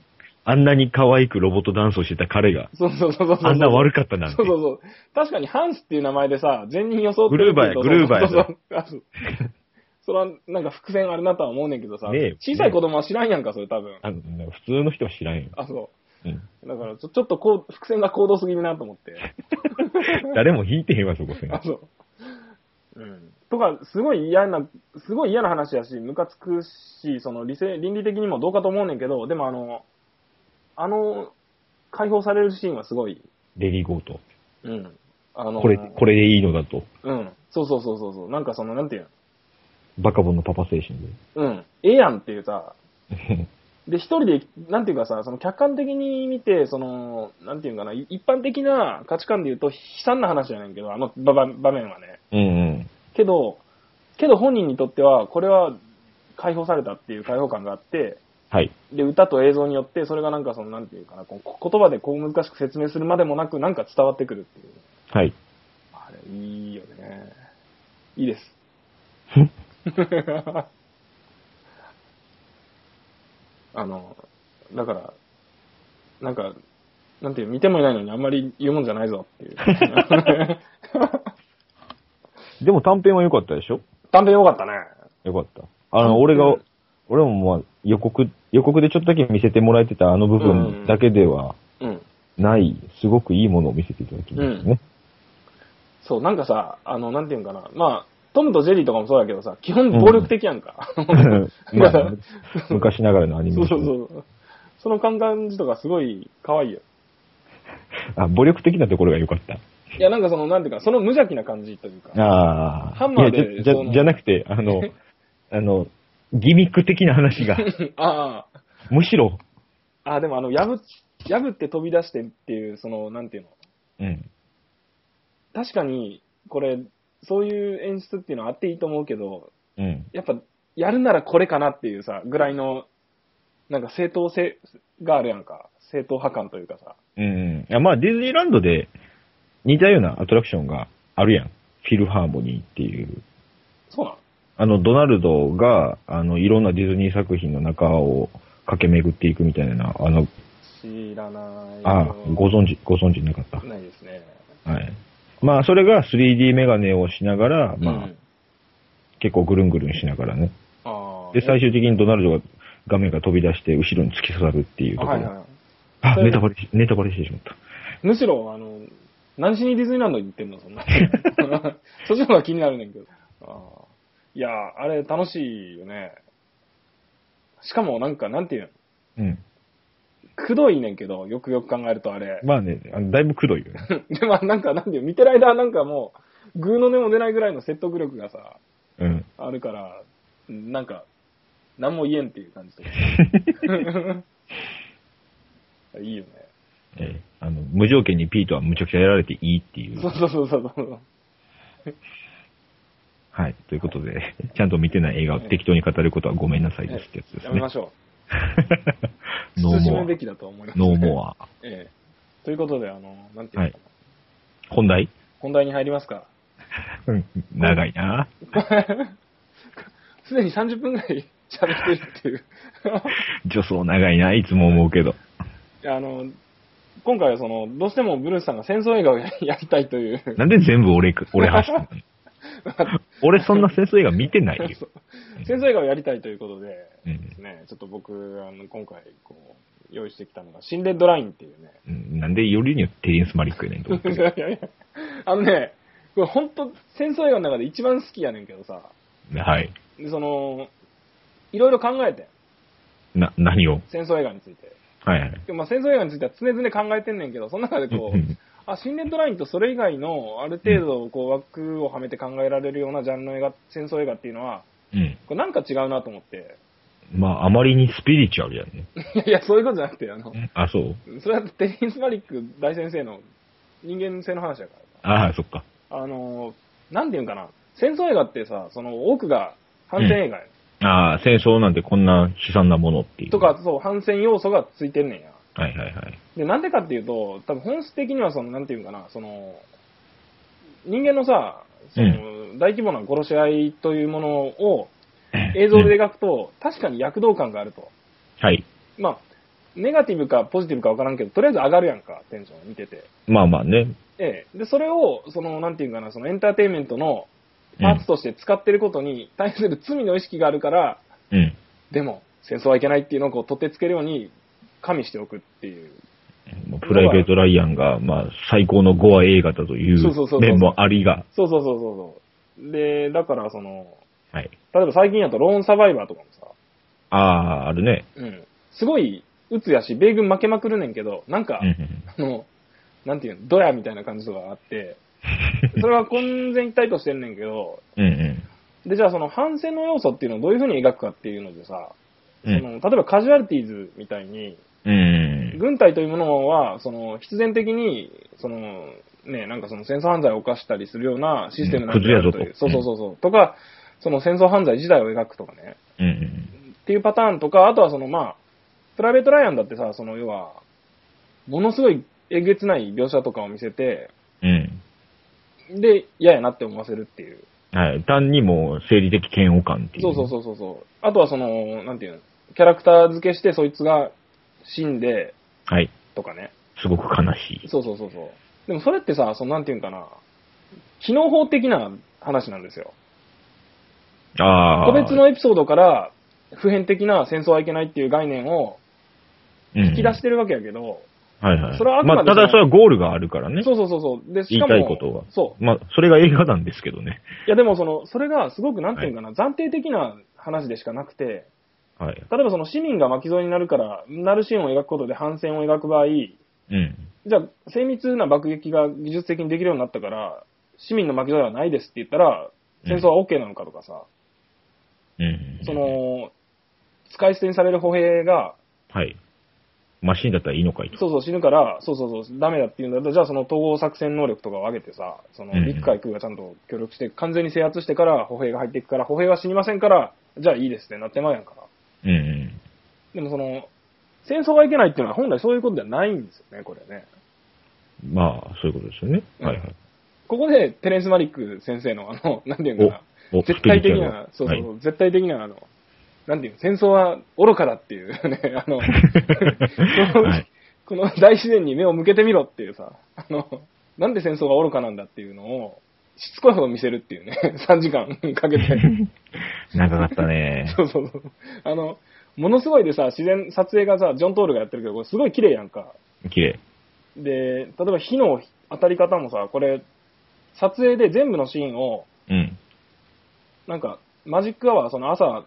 あんなに可愛くロボットダンスをしてた彼が、そうそうそうそうそう。あんな悪かったなんそてう。そうそう。確かにハンスっていう名前でさ、全人予想ってグルーバーやそうグルーバーやそうそうあそうそれは、なんか伏線あるなとは思うねんけどさ、ねえ小さい子供は知らんやんか、それ多分。あの普通の人は知らんよ。あ、そうんう。だからちょ、ちょっとこう、伏線が行動すぎるなと思って。誰も引いてへんわ、そこせあん。そう。うん。とか、すごい嫌な、すごい嫌な話やし、ムカつくし、その理性、倫理的にもどうかと思うねんけど、でもあの、あの、解放されるシーンはすごい、レディーゴーと。うん。あの、これ、これでいいのだと。うん。そうそうそうそうそう。なんかその、なんていうバカボンのパパ精神で。の、うん。ええやんっていうさ、で、一人で、なんていうかさ、その客観的に見て、その、なんていうかな、い一般的な価値観で言うと悲惨な話じゃないけど、あの場場場面はね。 うんうん。けど、けど本人にとっては、これは解放されたっていう解放感があって、はい。で、歌と映像によって、それがなんかその、なんていうかな、こう言葉でこう難しく説明するまでもなく、なんか伝わってくるっていう。はい。 あれ、いいよね。いいです。 あの、だから、なんか、なんていう、見てもいないのにあんまり言うもんじゃないぞって いう。でも短編は良かったでしょ短編良かったね。良かった。あの、俺うがん、俺もまあ予告、予告でちょっとだけ見せてもらえてたあの部分だけではうん。ない、すごくいいものを見せていただきましたね。そう、なんかさ、あの、なんていうんかな。まあ、トムとジェリーとかもそうだけどさ、基本暴力的やんか。 まあ、昔ながらのアニメ そーうシそうョそン。う。その感じとかすごい可愛いよ。あ、暴力的なところが良かった。いや、なんかその、なんていうか、その無邪気な感じというか。ああ。ハンマーでいやじゃ、じそのゃ、じゃなくて、あ の、あの、ギミック的な話が、 ああ。むしろ、ああ、でもあの、破っ、破って飛び出してっていう、その、なんていうの。うん。確かに、これ、そういう演出っていうのはあっていいと思うけど、うん。やっぱ、やるならこれかなっていうさ、ぐらいの、なんか正当性があるやんか。正当派感というかさ。うん。いやまあ、ディズニーランドで似たようなアトラクションがあるやん。フィルハーモニーっていう。そうなのあの、ドナルドが、あの、いろんなディズニー作品の中を駆け巡っていくみたいな、あの、知らない。ああ、ご存知、ご存知なかっないですね。た。はい。まあ、それが 3D メガネをしながら、まあ、うん結構ぐるんぐるんしながらね。ああ。で、最終的にドナルドが画面が飛び出して、後ろに突き刺さるっていうところ。はいはい。あ、それネタバレし、ネタバレしてしまった。むしろ、あの、何しにディズニーランド行ってんのそんな。 そっちの方が気になるねんけど。あーいやー、あれ楽しいよね。しかもなんか、なんていううん。の、くどいねんけど、よくよく考えるとあれ。まあね、あのだいぶくどいよね。 で、まあなんか、なんていうの見てる間はなんかもう、グーの音も出ないぐらいの説得力がさ、うん。あるから、なんか、何も言えんっていう感じ というかいいよね。えーあの、無条件にピートはむちゃくちゃやられていいっていうそ。うそうそうそうそう。はい。ということで、ちゃんと見てない映画を適当に語ることはごめんなさいですってやつですやめねま。しょ う。ノー慎モアむ。べきだと思います、ノーモア。ええ。ということで、あの、なんていうのかな、はい本題本題に入りますか。うん長いな。すでに30分ぐらい 喋ってるっていう。女装長いな、いつも思うけど。あの、今回はその、どうしてもブルースさんが戦争映画をややりた いという。なんで全部俺く、 俺走ってんの俺そんな戦争映画見てない よ。戦争映画をやりたいということで、うんですね、ちょっと僕、あの今回、こう、用意してきたのが、シンデッドラインっていうね。うんなんでよりによってテリンス・マリックやねんと思っていやいやいや あのね、これ本当戦争映画の中で一番好きやねんけどさ、はい。でその、いろいろ考えてんな、何を戦争映画について。はいはい。でもまあ戦争映画については常々考えてんねんけど、その中でこう、うんあ、シンデッドラインとそれ以外のある程度こう枠をはめて考えられるようなジャンルの映画、戦争映画っていうのは、うん。これなんか違うなと思って。 まあ、あまりにスピリチュアルやね。いやいや、そういうことじゃなくて、あの、あ、そうそれはテリンス・マリック大先生の人間性の話だから。ああ、そっか。あの、なんていうんかな、戦争映画ってさ、その多くが反戦映画やああ、戦争なんてこんな悲惨なものっていう。とか、そう、反戦要素がついてんねんや。はいはいはい。で、なんでかっていうと、多分本質的には、その、なんていうんかな、その、人間のさ、その、大規模な殺し合いというものを映像で描くと、確かに躍動感があると。はい。まあ、ネガティブかポジティブかわからんけど、とりあえず上がるやんか、テンション見てて。まあまあね。ええ。で、それを、その、なんていうんかな、そのエンターテインメントのパーツとして使ってることに対する罪の意識があるから、うん。でも、戦争はいけないっていうのをこう取ってつけるように、加味しておくっていう。もうプライベート・ライアンが、まあ、最高のゴア映画だといそうそうそうそうう面もありが。そうそうそうそうそう。で、だからその、はい。例えば最近やとローンサバイバーとかもさ、ああ、あるね。うん。すごい、鬱やし、米軍負けまくるねんけど、なんか、うんうんあの、なんていうの、ドヤみたいな感じとかがあって、それは混然一体としてんねんけど、うんで、じゃあその反戦の要素っていうのをどういうふうに描くかっていうのでさ、うそん。の例えばカジュアリティーズみたいに、うん。うん。軍隊というものは、その、必然的に、その、ね、なんかその戦争犯罪を犯したりするようなシステムなんだよというう。んそ崩れうそやぞとうそうそう。とか、その戦争犯罪自体を描くとかね。うん。っていうパターンとか、あとはその、まあ、プライベートライアンだってさ、その、要は、ものすごいえげつない描写とかを見せて、うん。で、嫌やなって思わせるっていう。はい。単にもう、生理的嫌悪感っていう。そうそうそうそうそう。あとはその、なんていうの、キャラクター付けしてそいつが死んで、はい。とかね。すごく悲しい。そうそうそうそう。でもそれってさ、そのなんていうんかな、機能法的な話なんですよ。ああ。個別のエピソードから、普遍的な戦争はいけないっていう概念を引引き出してるわけやけど、はいはい。それはあくまでまあ、ただそれはゴールがあるからね。そうそうそうそう。で、しかも、言いたいことはそう。まあ、それが映画なんですけどね。いやでもその、それがすごくなんていうんかな、暫定的な話でしかなくて、はい。例えばその市民が巻き添えになるから、なるシーンを描くことで反戦を描く場合、じうん。ゃあ精密な爆撃が技術的にできるようになったから、市民の巻き添えはないですって言ったら、戦争は OK なのかとかさ、うん。そ、の、使い捨てにされる歩兵が、はい。マシンだったらいいのかいと。そうそう死ぬから、そうそうそう、ダメだっていうんだったら、じゃあその統合作戦能力とかを上げてさ、そのうんうん陸海空がちゃんと協力して、完全に制圧してから歩兵が入っていくから、歩兵は死にませんから、じゃあいいですってなってまうやんから。うんうん。でもその、戦争がいけないっていうのは本来そういうことではないんですよね、これね。まあ、そういうことですよね。うんはいはい。ここでテレンス・マリック先生のあの、なんていうのかおな、絶対的太な、りちそゃううわそうそう、絶対的なあの、なんていうの、戦争は愚かだっていうね、あ の、 そのはい。はい。この大自然に目を向けてみろっていうさ、あの、なんで戦争が愚かなんだっていうのを、しつこいほど見せるっていうね、3時 間か けて。 長かったね。そうそうそう。あの、ものすごいでさ、自然、撮影がさ、ジョン・トールがやってるけど、これすごい綺麗やんか。綺麗。で、例えば火の当たり方もさ、これ、撮影で全部のシーンを、うん。なんか、マジックアワー、その朝、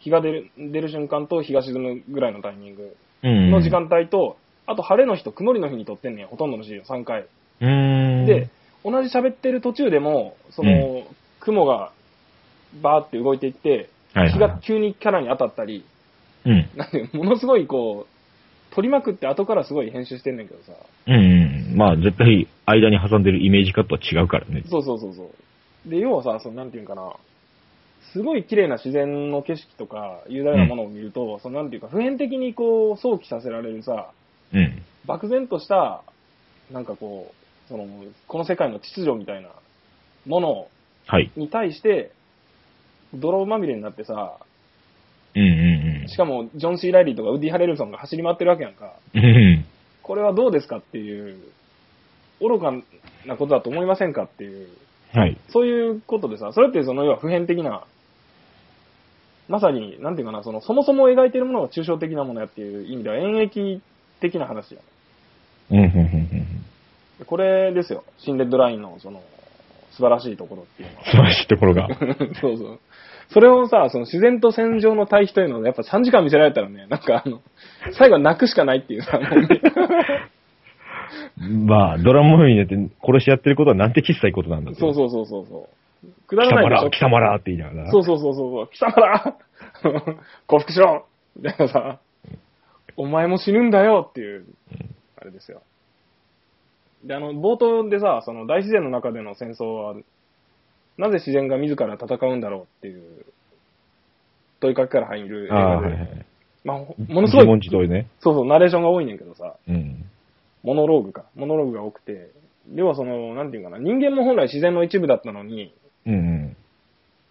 日が出る出る瞬間と日が沈むぐらいのタイミングうん。の時。間帯と、あと晴れの日と曇りの日に撮ってんねん、ほとんどのシーンを3回。うーん。で、、同じ喋ってる途中でも、その、う雲がバーって動いていって、はい日はいはが急にキャラに当たったり、い。うん。なんで、ものすごいこう、取りまくって後からすごい編集してんねんけどさ、うんうん。まあ、絶対、間に挟んでるイメージカットは違うからね。そうそうそうそう。で、要はさ、その、なんていうんかな、すごい綺麗な自然の景色とか、雄大なものを見ると、その、なんていうか、普遍的にこう、想起させられるさ、うん。漠然とした、なんかこう、その、この世界の秩序みたいなものをはい。に対して、泥まみれになってさ、うんうんうん。しかもジョン・シー・ライリーとかウッディ・ハレルソンが走り回ってるわけやんか、うんうん。これはどうですかっていう、愚かなことだと思いませんかっていう、はい。そういうことでさ、それってその要は普遍的な、まさに、なんていうかな、その、そもそも描いてるものが抽象的なものやっていう意味では演劇的な話や。うんうんうんうん。これですよ、シンデッドラインのその、素晴らしいところっていうのは。素晴らしいところが。 そうそう。それをさ、その自然と戦場の対比というのをやっぱ3時間見せられたらね、なんかあの、最後は泣くしかないっていうさ、もう ね まあ、ドラマ風になって殺し合ってることはなんて小さいことなんだとそうそうそうそうそう。くだ貴ら様ないら、で貴しょ。様らって言いながら。そうそうそうそう。貴様ら 降伏しろみたいなさ、お前も死ぬんだよっていう、あれですよ。で、あの、冒頭でさ、その大自然の中での戦争は、なぜ自然が自ら戦うんだろうっていう問いかけから入る映ああ、は画いはで、い。まあ、ものすご自い問自答でね。そうそう、ナレーションが多いねんけどさ、うん。モノローグか。モノローグが多くて。要はその、なんていうかな、人間も本来自然の一部だったのに、うんうん。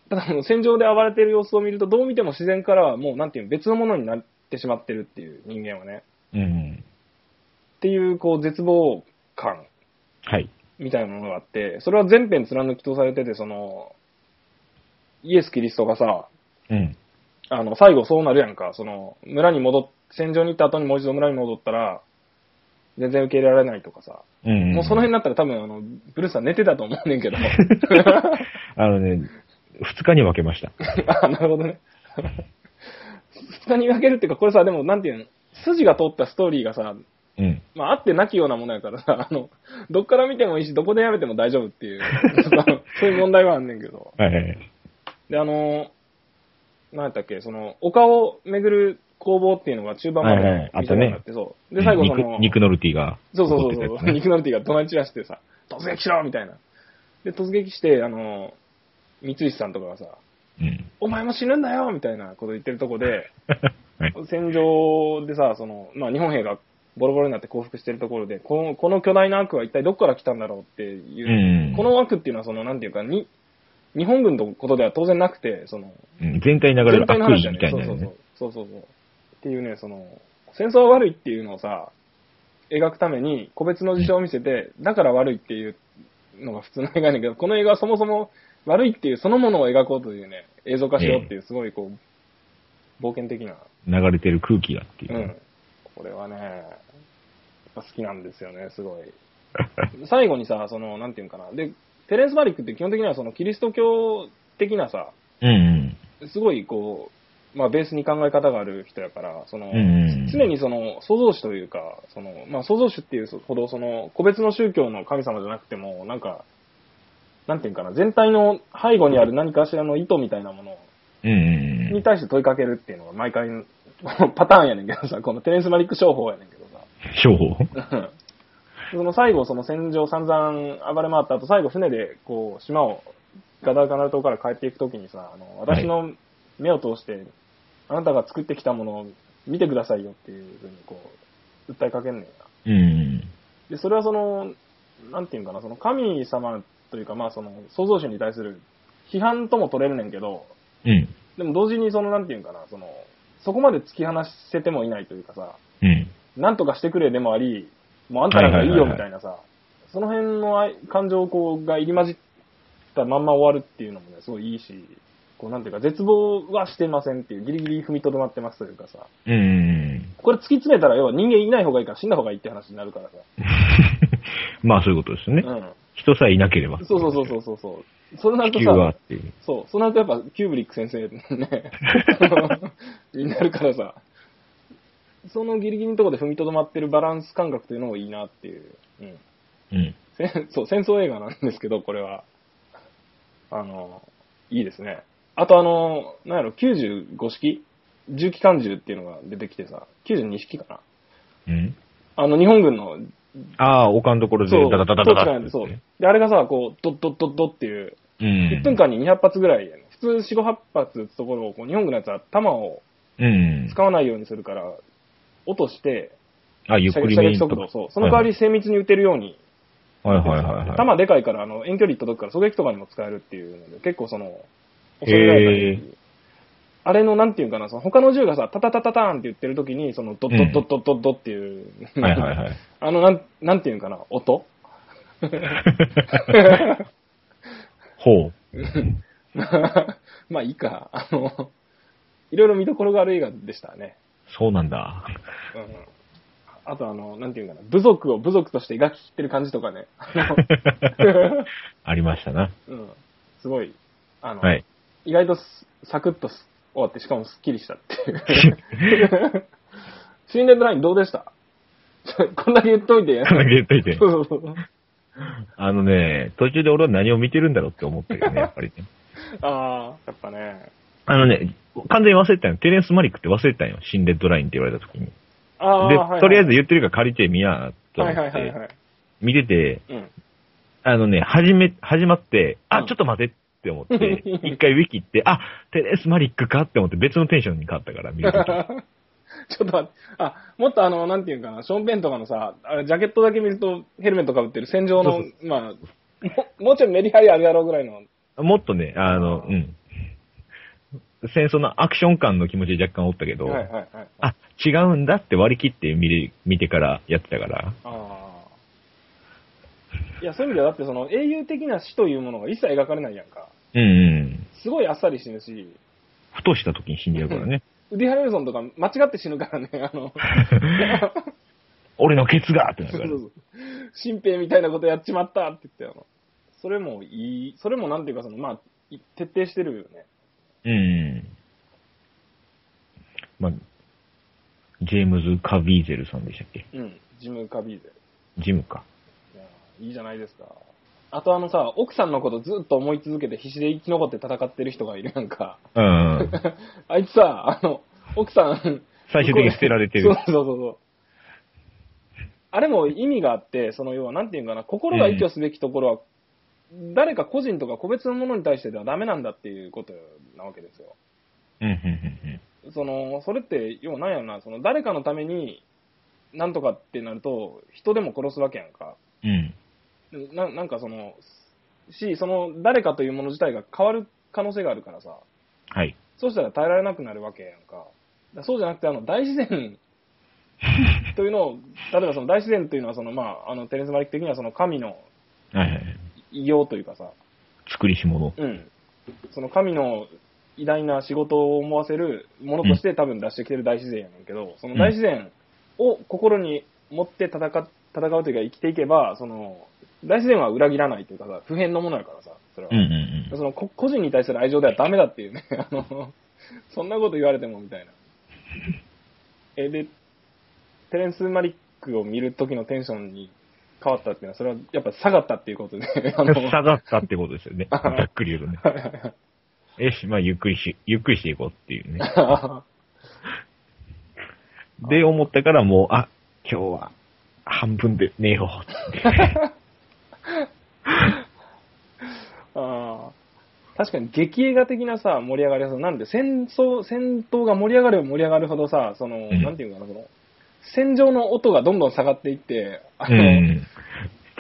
ただあの戦場で暴れてる様子を見ると、どう見ても自然からはもう、なんていうの別のものになってしまってるっていう人間はね。うんうん。っていう、こう、絶望感はい。みたいなものがあって、それは全編貫き通されてて、その、イエス・キリストがさ、うん。あの、最後そうなるやんか、その、村に戻っ、戦場に行った後にもう一度村に戻ったら、全然受け入れられないとかさ、うん、うん。もうその辺になったら多分あの、ブルースさん寝てたと思うね んけど。あのね、二日に分けました。あ、なるほどね。二日に分けるっていうか、これさ、でもなんていうの、筋が通ったストーリーがさ、うん。まあ、あってなきようなものやからさ、あの、どっから見てもいいし、どこでやめても大丈夫っていう、 そういう問題はあんねんけど。はいはいはい。で、あの、なんやったっけ、その、丘を巡る攻防っていうのが中盤まではいはいあったね見せ場になって、そう。で、最後その、肉肉ノルティが。そうそう怒ってたそうやそつう、ねニクノルティが怒鳴り散らしてさ、突撃しろみたいな。で、突撃して、あの、三石さんとかがさ、うん。お前も死ぬんだよみたいなこと言ってるとこで、はい。戦場でさ、その、まあ、日本兵がボロボロになって降伏してるところで、この、この巨大な悪は一体どこから来たんだろうっていう、うんこの悪っていうのはその、なんていうか、に、日本軍のことでは当然なくて、その、うん全体に流れる全体の悪話意だみねたいそうなそうね。そう。そうそうそう。っていうね、その、戦争は悪いっていうのをさ、描くために個別の事象を見せて、だから悪いっていうのが普通の映画やねんけど、この映画はそもそも悪いっていうそのものを描こうというね、映像化しようっていう、すごいこう、冒険的な。流れてる空気がっていうう。ん。これはね、やっぱ好きなんですよね、すごい。最後にさ、その、なんていうんかな。で、テレンス・マリックって基本的にはそのキリスト教的なさ、うんうん。すごいこう、まあベースに考え方がある人やから、その、うんうん常にその創造主というか、そのまあ、創造主っていうほどその個別の宗教の神様じゃなくても、なんか、なんていうかな、全体の背後にある何かしらの意図みたいなものうんうんうにん。対して問いかけるっていうのが 毎回、パターンやねんけどさ、このテレンス・マリック商法やねんけどさ。商法うん その最後、その戦場散々暴れ回った後、最後船でこう島をガダルカナル島から帰っていくときにさ、あの私の目を通して、あなたが作ってきたものを見てくださいよっていうふうにこう、訴えかけんねんな。うんうん。で、それはその、なんていうんかな、その神様というか、まあその創造主に対する批判とも取れるねんけど、うん。でも同時にその、なんていうんかな、その、そこまで突き放せてもいないというかさ、うん。なんとかしてくれでもあり、もうあんたなんかいいよはいはいはいはいみたいなさ、その辺のあい感情こうが入り混じったまんま終わるっていうのもね、すごいいいし、こうなんていうか、絶望はしてませんっていう、ギリギリ踏みとどまってますというかさ、うんうん これ突き詰めたら、要は人間いない方がいいから死んだ方がいいって話になるからさ、うん。まあそういうことですね。う人さえいなければ。ん。そうそうそうそうそうそう。それなると地球はさっ、ていう。そう、その後やっぱキューブリック先生の ね、になるからさ、そのギリギリのところで踏みとどまってるバランス感覚というのもいいなっていう。うんうん。戦そう、戦争映画なんですけど、これは。あの、いいですね。あとあの、なんやろ、95式重機関銃っていうのが出てきてさ、92式かうな。ん。あの、日本軍の、ああ、丘のところでそう、ダダダダトダーチダがってやるねそう。で、あれがさ、こう、ドッドッドッドッっていう、うん。 1分間に200発ぐらいやね、普通4、5、8発撃つところを、こう日本軍のやつは弾をうん。使わないようにするから、落として、あ、ゆっ射くり撃射めに撃速度、そう。その代わり精密に撃てるようにはいはいはいはい。弾でかいから、あの、遠距離届くから、狙撃とかにも使えるっていうので、結構その、恐れられたりっていうあれの、なんていうかな、その他の銃がさ、タタタタターンって言ってる時に、その、ドッドッドッドッドッドッっていう、はいはいはい。 あの、なん、なんていうんかな、音 ほう。まあいいか、あの、いろいろ見どころがある映画でしたね。そうなんだ。うんあとあの、なんていうかな、部族を部族として描き切ってる感じとかね。あのありましたな。うん、すごい、あの、はい。意外とすサクッとす終わって、しかもスッキリしたっていう。 シンデレラインどうでした こんだけ言っといて。言っといてそ。うそうそう。あのね、途中で俺は何を見てるんだろうって思ったけど ね、やっぱりね。ああ、やっぱね。あのね、完全に忘れてたよ。テレンス・マリックって忘れてたよ。シンデッドラインって言われた時に。で、ああ、はいはいとりあえず言ってるから借りてみや、とは思いはいっはいて、はい。見てて、うん。 あのね、始め、始まって、うあ、んちょっと待てって思っ て、一ち回ウィキって、あ、テレンス・マリックかって思って別のテンションに変わったから、見るとき。 ょっと待って、あ、もっとあの、なんていうかな、ションペンとかのさ、あれジャケットだけ見るとヘルメットかぶってる戦場そのう、まあ、ももうちょいメリハリあるやろうぐらいの。もっとね、あの、うん。戦争のアクション感の気持ちで若干おったけど、はいはいはい。ああ、違うんだって割り切って見れ見てからやってたから。あー。いや、そういう意味ではだってその英雄的な死というものが一切描かれないやんか。うんうん。すごいあっさり死ぬし、ふとした時に死んでる からね。ウディ・ハリルソンとか間違って死ぬからね、 あの、俺のケツがってなそうるかそらう。そう新兵みたいなことやっちまったって言ったよな。それもいい、それもなんていうかその、まあ、い徹底してるよね。うんうん。まあ、ジェームズ・カビーゼルさんでしたっけうん、ジム・カビーゼ。ジムか。いやいいじゃないですか。あとあのさ、奥さんのことずっと思い続けて必死で生き残って戦ってる人がいるやんか。うん。 あいつさ、あの、奥さん、最終的に捨てられてる。そうそうそうそう。あれも意味があって、その要は、なんていうんかな、心が依拠すべきところは、誰か個人とか個別のものに対してではダメなんだっていうことなわけですよ。うん、うん、うんその、それって、要はなんやろな、その誰かのために、なんとかってなると、人でも殺すわけやんか。うん、うん。ななんかその、し、その、誰かというもの自体が変わる可能性があるからさ、はい。そうしたら耐えられなくなるわけやんか。だそうじゃなくて、あの、大自然というの を、例えばその大自然というのはその、まあ、あのテレンス・マリック的にはその神のはいはい。異様というかさ、作りし物。うん、その神の偉大な仕事を思わせるものとして多分出してきてる大自然やねんけど、その大自然を心に持って戦っ戦うというか生きていけば、その大自然は裏切らないというかさ、普遍のものやからさ、それは。うんうんうん。そのこ個人に対する愛情ではダメだっていうね、 あの、そんなこと言われてもみ たいな。え、で、テレンス・マリックを見る時のテンションに変わったっていうのは、それはやっぱ下がったっていうことで、 あの、 下がったってことですよね。ざっくり言うと ね。よし、まあ、ゆっくりし、ゆっくりしていこうっていうね。で、思ったからもう、あ、今日は、半分で寝ようって。 あー確かに劇映画的なさ、盛り上がりはさ、なんで戦争、戦闘が盛り上がれば盛り上がるほどさ、その、んなんていうのかな、その、戦場の音がどんどん下がっていって、あの、うん。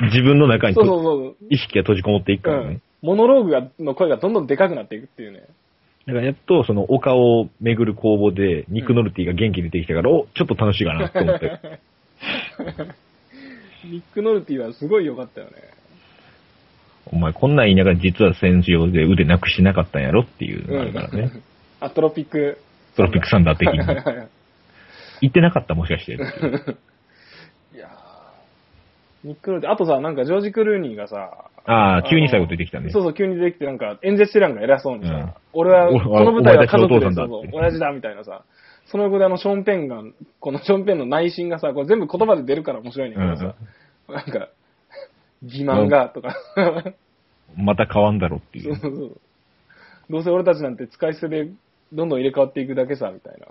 自分の中にそとうそうそう、意識が閉じこもっていくうからね。ん、モノローグがの声がどんどんでかくなっていくっていうね。だからやっと、その、丘を巡る工房で、ニックノルティが元気に出てきたから、お、ちょっと楽しいかなって思って。 ニック・ノルティはすごい良かったよね。お前、こんなん言いながら実は戦場で腕なくしてなかったんやろっていうのがあるからね。 アトロピック。トロピックサンダー的に。言ってなかった、もしかして。 いやーニック・ノルティ、あとさ、なんかジョージ・クルーニーがさ、ああ、急に あの最後出てきたね。そうそう、急に出てきて、なんか、演説してなんか偉そうにさ、うん俺は、俺はこの舞台は家族俺でたすちのそおう父さんだってそう親父だ、みたいなさ、その後であの、ショーンペンが、このショーンペンの内心がさ、これ全部言葉で出るから面白いねんけどさ、なんか、 欺瞞が、とか、また変わんだろっていそうう。そうそう。 どうせ俺たちなんて使い捨てでどんどん入れ替わっていくだけさ、みたいな、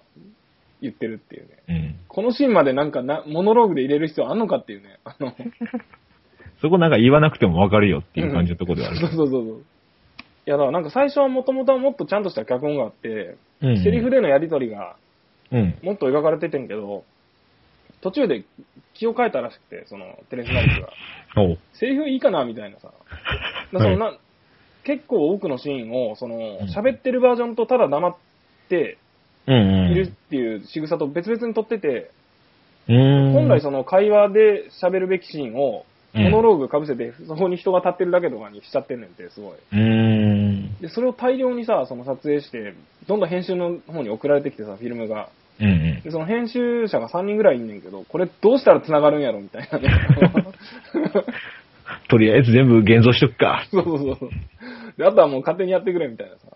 言ってるっていうね。うん。このシーンまでなんかな、モノローグで入れる必要あんのかっていうね。あ の、そこなんか言わなくてもわかるよっていう感じのところではあそうる。そうそうそう。いや、だからなんか最初はもともとはもっとちゃんとした脚本があって、うんセリフでのやりとりがうん。もっと描かれててんけど、途中で気を変えたらしくて、その、テレスナイクが。おう。セリフいいかなみた いなさ。だからそのな結構多くのシーンを、その、喋ってるバージョンとただ黙って、うんいるっていう仕草と別々に撮ってて、うん。うーん。本来その会話で喋るべきシーンを、うんモノローグかぶせて、そこに人が立ってるだけとかにしちゃってんねんって、すごい。うーん。で、それを大量にさ、その撮影して、どんどん編集の方に送られてきてさ、フィルムが。うんうん。で、その編集者が3人ぐらいいんねんけど、これどうしたら繋がるんやろみたいなね。 とりあえず全部現像しとくか。そうそうそう。で、あとはもう勝手にやってくれみたいなさ。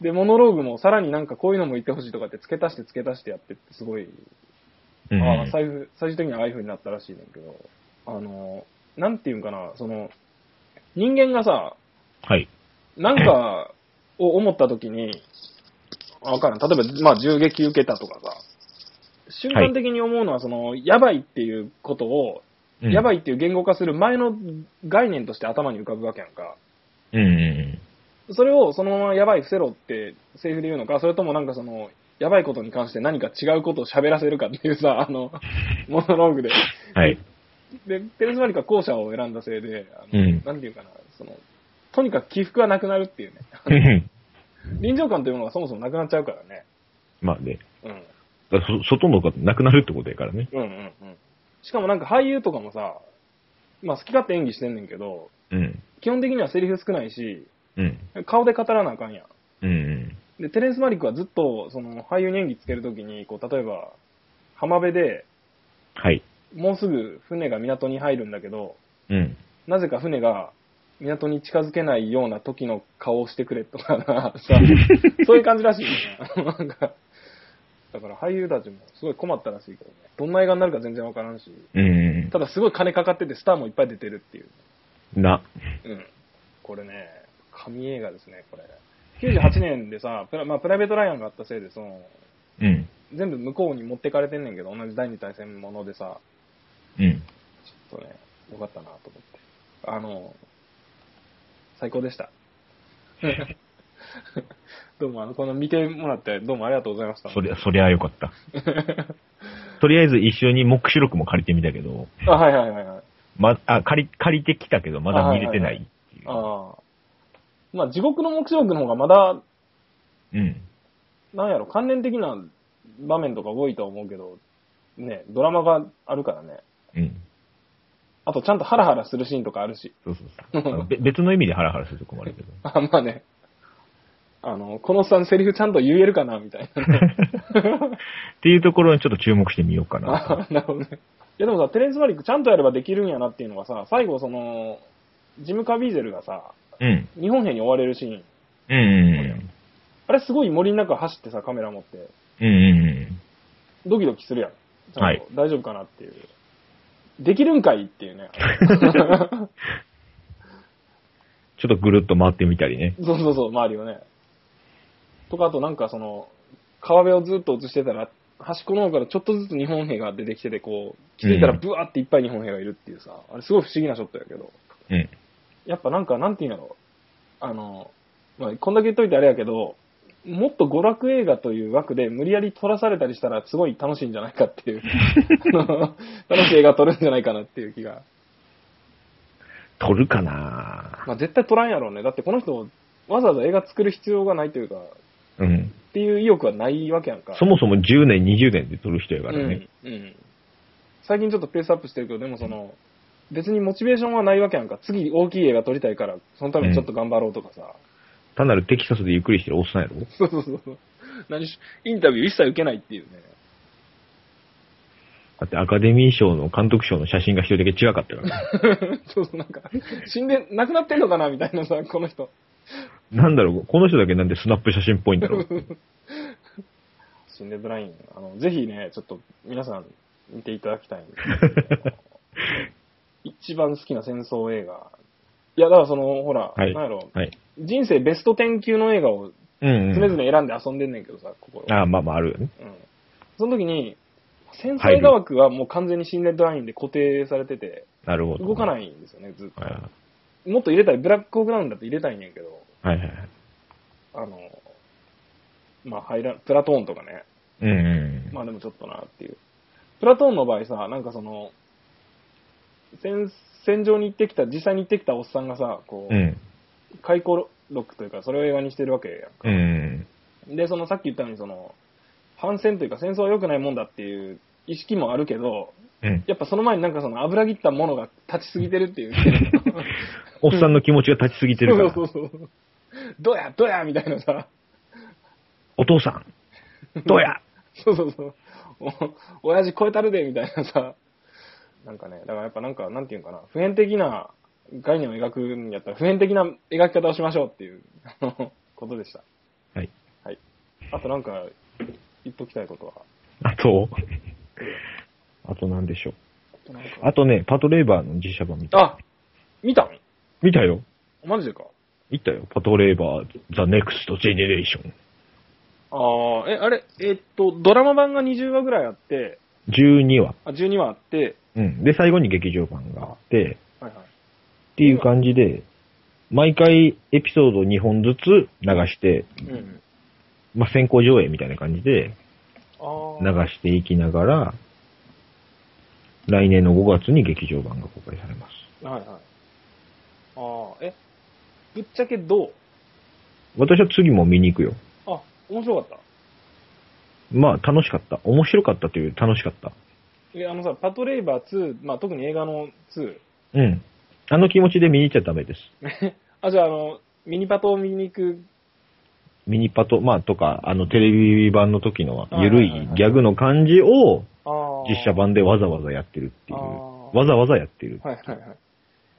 で、モノローグもさらになんかこういうのも言ってほしいとかって付け足して付け足してやってって、すごいうん。ああ最終最終的にはああいう風になったらしいねんけど、あの、なんていうんかな、その、人間がさ、はい。なん かを思った時に、あわからん。例えば、まあ、銃撃受けたとかさ、瞬間的に思うのは、その、やばいっていうことを、うんやばいっていう言語化する前の概念として頭に浮かぶわけやんか。うんうそれをそのままやばい伏せろってセリフで言うのか、それともなんかその、やばいことに関して何か違うことを喋らせるかっていうさ、あ の、モノローグで。ん。はい。 で、テレスマリカは後者を選んだせいで、あうのんなんていうかな、その、とにかく起伏がなくなるっていうね。 臨場感というものがそもそもなくなっちゃうからね。まあね。うん。だからそ外のことなくなるってことやからね。うんうんうん。しかもなんか俳優とかもさ、まあ好き勝手演技してんねんけど、うん。基本的にはセリフ少ないし、うん。顔で語らなあかんやうん。んうん。で、テレンス・マリックはずっと、その、俳優に演技つけるときに、こう、例えば、浜辺で、はい。もうすぐ船が港に入るんだけど、うん。なぜか船が港に近づけないような時の顔をしてくれとかな、さ、そういう感じらしいね。なんか、だから俳優たちもすごい困ったらしいけどね。どんな映画になるか全然わからんし、うんただすごい金かかっててスターもいっぱい出てるっていう。うん。な。うん。これね、神映画ですね、これ。98年でさ、プラ,、まあ、プライベートライアンがあったせいで、その、うん。全部向こうに持ってかれてんねんけど、同じ第二対戦ものでさ、うん。ちょっとね、よかったなと思って。あの、最高でした。どうも、あの、この見てもらって、どうもありがとうございました。そりゃ、そりゃよか った。とりあえず一緒に目視録も借りてみたけど、あ、はいはいはいはい。ま、あ、借り、借りてきたけど、まだ見れてないっていう。ああ。まあ、地獄の目視録の方がまだ、うん。なんやろ、関連的な場面とか多いとは思うけど、ね、ドラマがあるからね。うん。あと、ちゃんとハラハラするシーンとかあるし。そうそうそう。あのべ 別の意味でハラハラするとこもあるけど。あ、まあね。あの、このおっさんセリフちゃんと言えるかなみたいなね。っていうところにちょっと注目してみようかな と。あなるほどね。いやでもさ、テレンス・マリックちゃんとやればできるんやなっていうのがさ、最後その、ジム・カビーゼルがさ、うん。日本兵に追われるシーン。うんうんあれすごい森の中走ってさ、カメラ持って、うん。うんうんドキドキするやん。ちゃんとはい大丈夫かなっていう。できるんかいって いうね。ちょっとぐるっと回ってみたりね。そうそうそう、周りをね。とか、あとなんかその、川辺をずっと映してたら、端っこの方からちょっとずつ日本兵が出てきてて、こう、気づいたらうんブワーっていっぱい日本兵がいるっていうさ、あれすごい不思議なショットやけど。うん。やっぱなんか、なんていうんだろう。あの、まあ、こんだけ言っといてあれやけど、もっと娯楽映画という枠で無理やり撮らされたりしたらすごい楽しいんじゃないかっ ていう。あの楽しい映画撮るんじゃないかなっていう気が。撮るかなまあ、絶対撮らんやろうね。だってこの人、わざわざ映画作る必要がないというか、うん。っていう意欲はないわけやんか。そもそも10年、20年で撮る人やからね。うん、うん。最近ちょっとペースアップしてるけど、でもその、別にモチベーションはないわけやんか。次大きい映画撮りたいから、そのためにちょっと頑張ろうとかさ。単なるテキサスでゆっくりしてるおっさんやろそうそうそう。何し、インタビュー一切受けないっていうね。 だってアカデミー賞の監督賞の写真が一人だけ違かったからね。 そうそう、なんか、死んで、亡くなってんのかなみたいなさ、この人。なんだろう、この人だけなんでスナップ写真っぽいんだろう。 死んでブライン。あの、ぜひね、ちょっと皆さん見ていただきたいんで 一番好きな戦争映画。いや、だからその、ほら、はいなんやろ、はい。人生ベスト10級の映画をうん、常うん。々選んで遊んでんねんけどさ、ここ。ああ、まあまああるよね。うん。その時に、戦争映画枠はもう完全に死んでブラインで固定されてて、なるほど、動かい。ないんですよね、ずっと。はもっと入れたい、ブラックホークダウンだって入れたいんやけど、いはいはい。あの、まあ入らん、プラトーンとかね、うん、うん。まあでもちょっとなっていう。プラトーンの場合さ、なんかその、戦、戦場に行ってきた、実際に行ってきたおっさんがさ、こう、うん。回顧録というか、それを映画にしてるわけやんか。うんうん。で、そのさっき言ったように、その、反戦というか戦争は良くないもんだっていう意識もあるけど、うん。やっぱその前になんかその油切ったものが立ちすぎてる っていう。おっさんの気持ちが立ちすぎてるから、 そうそうそう。どうや、どうやみたいなさ。お父さん、どうやそうそうそう。お、親父超えたるで、みたいなさ。なんかね、だからやっぱなんか、なんていうんかな、普遍的な概念を描くんやったら、普遍的な描き方をしましょうっていう、 あのことでした。はい。はい。あとなんか、言っときたいことは。あと、あと何でしょう。あとなんかあとね、パトレーバーの実写版見た。あ見た見たよ。マジでか。見たよ。パトレーバー、ザ・ネクスト・ジェネレーション。ああ、え、あれ、えっと、ドラマ版が20話ぐらいあって、 12話。あ、12話あって、うん。で、最後に劇場版があって、はいはい。っていう感じで、毎回エピソード2本ずつ流して、うん。まあ、先行上映みたいな感じでああ。流していきながら、来年の5月に劇場版が公開されます。はいはい。ああ、え、ぶっちゃけどう私は次も見に行くよ。あ、面白かっまあ、楽しかった。面白かったというより楽しかった。た。え、あのさ、パトレイバー2、まあ特に映画の2。うん。あの気持ちで見に行っちゃダメです。 あ、じゃああの、ミニパトを見に行く。ミニパト、まあ、とか、あの、テレビ版の時のはいゆるいギャグの感じをああ。実写版でわざわざやってるっていう。あーわざわざやってる。はいはいはい。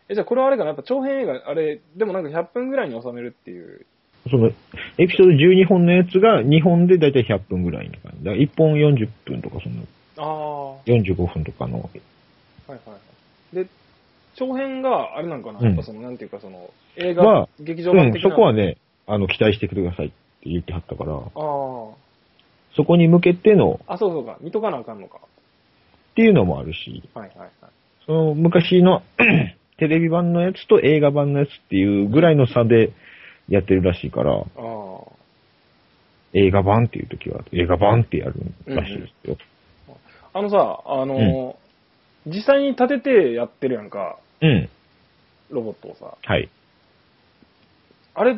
え、じゃあこれはあれかな、やっぱ長編映画、あれ、でもなんか100分ぐらいに収めるっていう。その、エピソード12本のやつが2本でだいたい100分ぐらいの感じ。だから1本40分とか、その、ああ。は45分とかの、いはいはい。で、長編があれなんかな、うんやっぱその、なんていうかその、映画、まあ劇場う版ん、的そな。こはね、あの、期待してくださいって言ってはったから、あそこに向けての、あ。あ、そうそうか。見とかなあかんのか。っていうのもあるし、はいはいはい。その昔の テレビ版のやつと映画版のやつっていうぐらいの差でやってるらしいから、ああ。映画版っていう時は映画版ってやるらしいですよ。あのさ、あのー実際に立ててやってるやんか、うん、ロボットをさ。はい。あれ、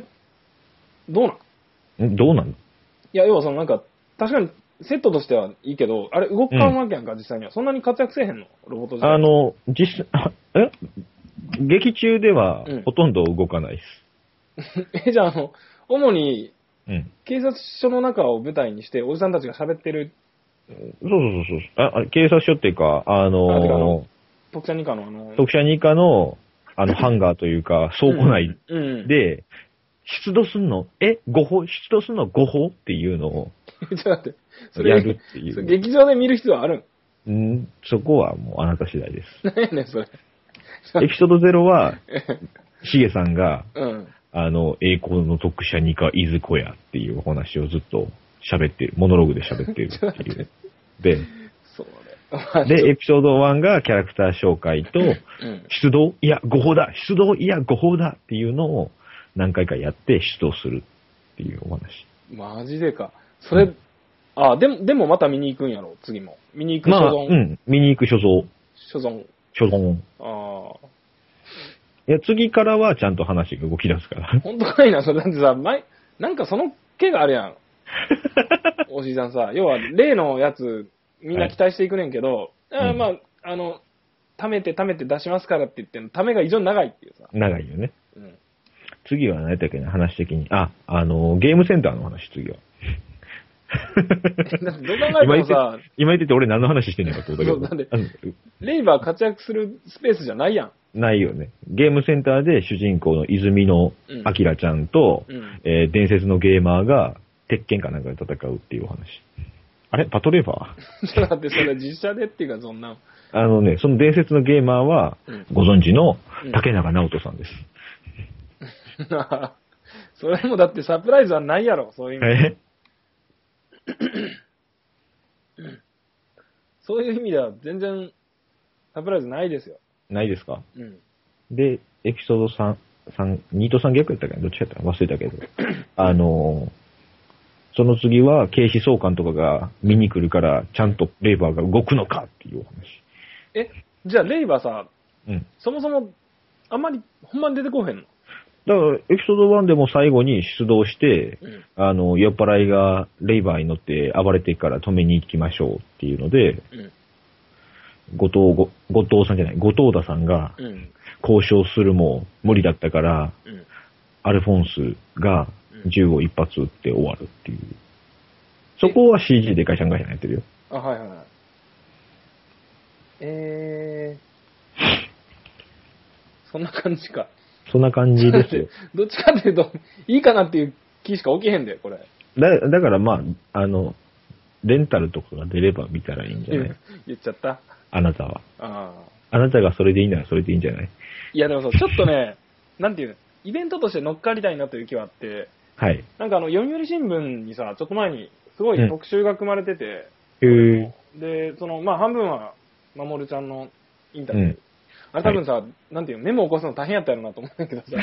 どうなんいんどうなんや、要はそのなんか、確かにセットとしてはいいけど、あれ動かんわけやんか、実際には。そんなに活躍せえへんのロボット自体。あ、の、実 際、あえ劇中ではうんほとんど動かないです。 え、じゃあ、あの、主にうん。警察署の中を舞台にして、おじさんたちが喋ってるそうそうそうそうあ。あ警察署っていうか、ああてかあのの、特茶二課のあの、特殊二課の、あ の、ハンガーというか、倉庫内うん、うん、で、出動すんの、え誤報出動すんの誤報っていうのを ちょっと待って。それやるってい。そう劇場で見る必要あるうん、そこはもうあなた次第です。 ん何やねん、それ。エピソード0は、 シゲさんが、 うん。あの、栄光の特殊にか、いずこやっていうお話をずっと喋ってる、モノローグで喋 ってるっていう。で、そうだよ。で、エピソード1がキャラクター紹介と、うん。出動いや、誤報だ出動いや、誤報だっていうのを何回かやって出動するっていうお話。マジでか。それ、うんあ、でも、でもまた見に行くんやろ、次も。見に行くま所あ、存。うん、見に行く所蔵、所存。所存。ああ。いや、次からはちゃんと話が動き出すから。 本当かいな、それ。だってさ、前、なんかその毛があ るやん。おじいさんさ、要は、例のやつ、みんな期待していくねんけど、いあーうんまあ、あの、貯めて貯めて出しますからって言ってんの、貯めが異常に長いっていうさ。長いよね。うん。 次は何だっけな、話的に。あ、あの、ゲームセンターの話、次は。だってどう考えて 今言もってさ、今言ってて俺何の話してんのかってことだそうなんでけどあの。レイバー活躍するスペースじゃないやん。 ないよね。ゲームセンターで主人公の泉のうん明ちゃんと、うん。えー伝説のゲーマーが、鉄拳かなんかで戦うっていうお話。あれパトレーバーちょっと待って、それ実写でっていうか、そん な。あのね、その伝説のゲーマーは、うん。ご存知のうん竹中直人さんです。それもだってサプライズはないやろ、そういう意味。えそういう意味では全然サプライズないですよ。ないですかうん。で、エピソード3、三2と3逆やったかなどっちやったかな忘れたけど。あのーその次は警視総監とかが見に来るから、ちゃんとレーバーが動くのかっていうお話。え、じゃあレイバーさ、うん。そもそも、あんまり、ほんまに出てこへんのだから、エピソード1でも最後に出動して、うん。あの、酔っ払いがレイバーに乗って暴れてから止めに行きましょうっていうので、うん。後藤ご、後藤さんじゃない、後藤田さんがうん。交渉するも無理だったから、うん。アルフォンスが銃を一発撃って終わるっていう。そこは CG で会社がやってるよ。あ、はいはいはい。えー、そんな感じか。そんな感じですよ。 どっちかっていうと、いいかなっていう気しか起きへんで、これ。だだからまあ、あの、レンタルとかが出れば見たらいいんじゃない 言っちゃった。あなたは。ああ。あなたがそれでいいならそれでいいんじゃないいやでもそう、ちょっとね、なんていうの、イベントとして乗っかりたいなという気はあって、はい。なんかあの、読売新聞にさ、ちょっと前に、すごうんい特集が組まれてて、へえ。で、その、まあ、半分は、まもるちゃんのインタビュー。うんあれ多分さ、なんていうの、メモ起こすの大変やったやろなと思うん だけどさ。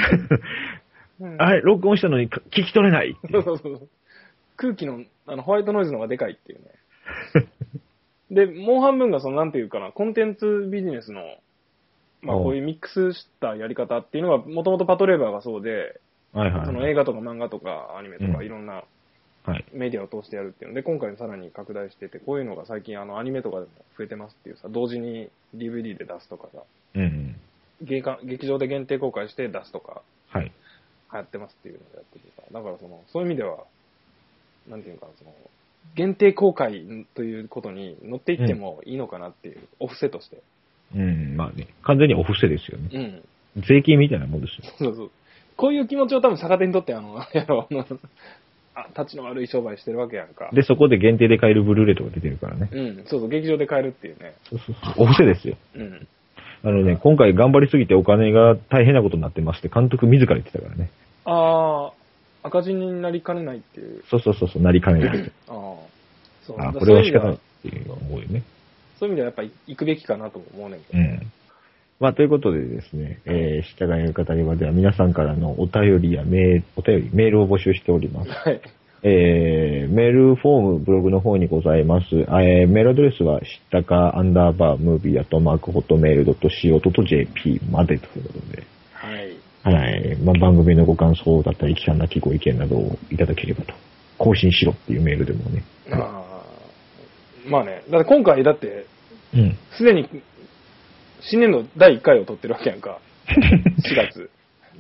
うんあれ、録音したのにか聞き取れないってい そううそうそう。空気の、あの、ホワイトノイズの方がでかいっていうね。で、もう半分が、その、なんていうかな、コンテンツビジネスの、まあ、おうこういうミックスしたやり方っていうのが、もともとパトレーバーがそうで、はいはそのい映画とか漫画とかアニメとうかんいろんなはい。メディアを通してやるっていうので、今回さらに拡大してて、こういうのが最近あのアニメとかでも増えてますっていうさ、同時に DVD で出すとかさ、うんうん。劇館劇場で限定公開して出すとかはい。流行ってますっていうのをやっててさ、だからその、そういう意味では、なんていうのかな、その、限定公開ということに乗っていってもいいのかなっていう、お布施として。うん、まあね。完全にお布施ですよね。うん。税金みたいなもんですよ。そうそう。こういう気持ちを多分逆手にとって、あの、やろう、あの、あ、立ちの悪い商売してるわけやんか。で、そこで限定で買えるブルーレイとか出てるからね。うん、そうそう、劇場で買えるっていうね。そうそうそう。お布施ですよ。うん。あのね、今回頑張りすぎてお金が大変なことになってますって監督自ら言ってたからね。ああ、赤字になりかねないっていう。そうそうそうそう、なりかねない。ああ。そうあだこれは仕そういう意味で方ないっていうのは思うよね。そういう意味ではやっぱり行くべきかなとも思うねんけうど。ん。まあ、ということでですね、えー、従いの語り場では皆さんからのお便りやメール、お便り、メールを募集しております。はい。えー、メールフォーム、ブログの方にございます。えー、メールアドレスは、したかアンダーバームービーやとマークホットメールドット CO.jp までということで。はい。はい。まあ、番組のご感想だったり、期間なきご意見などをいただければと。更新しろっていうメールでもね。ああ。まあね、だって今回、だって、うん。すでに、新年度第1回を撮ってるわけや んか。4月。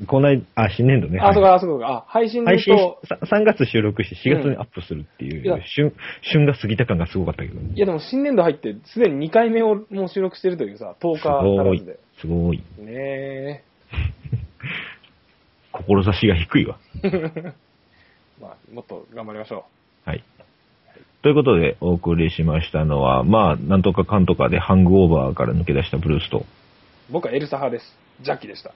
この間、あ、新年度ね。あ、そうか、あ、そうか、あ、配信で配言う信と、 3月収録して4月にアップするっていう、いや旬、旬が過ぎた感がすごかったけど、いやでも新年度入って、すでに2回目をもう収録してるというさ、10日すご足らいずで。、すごい、ね志が低いわ。え。まあ、もっと頑張りましょはい。ということで、お送りしましたのは、まあ、なんとかかんとかでハングオーバーから抜け出したブルースと、う。僕はエルサ派です。ジャッキでした。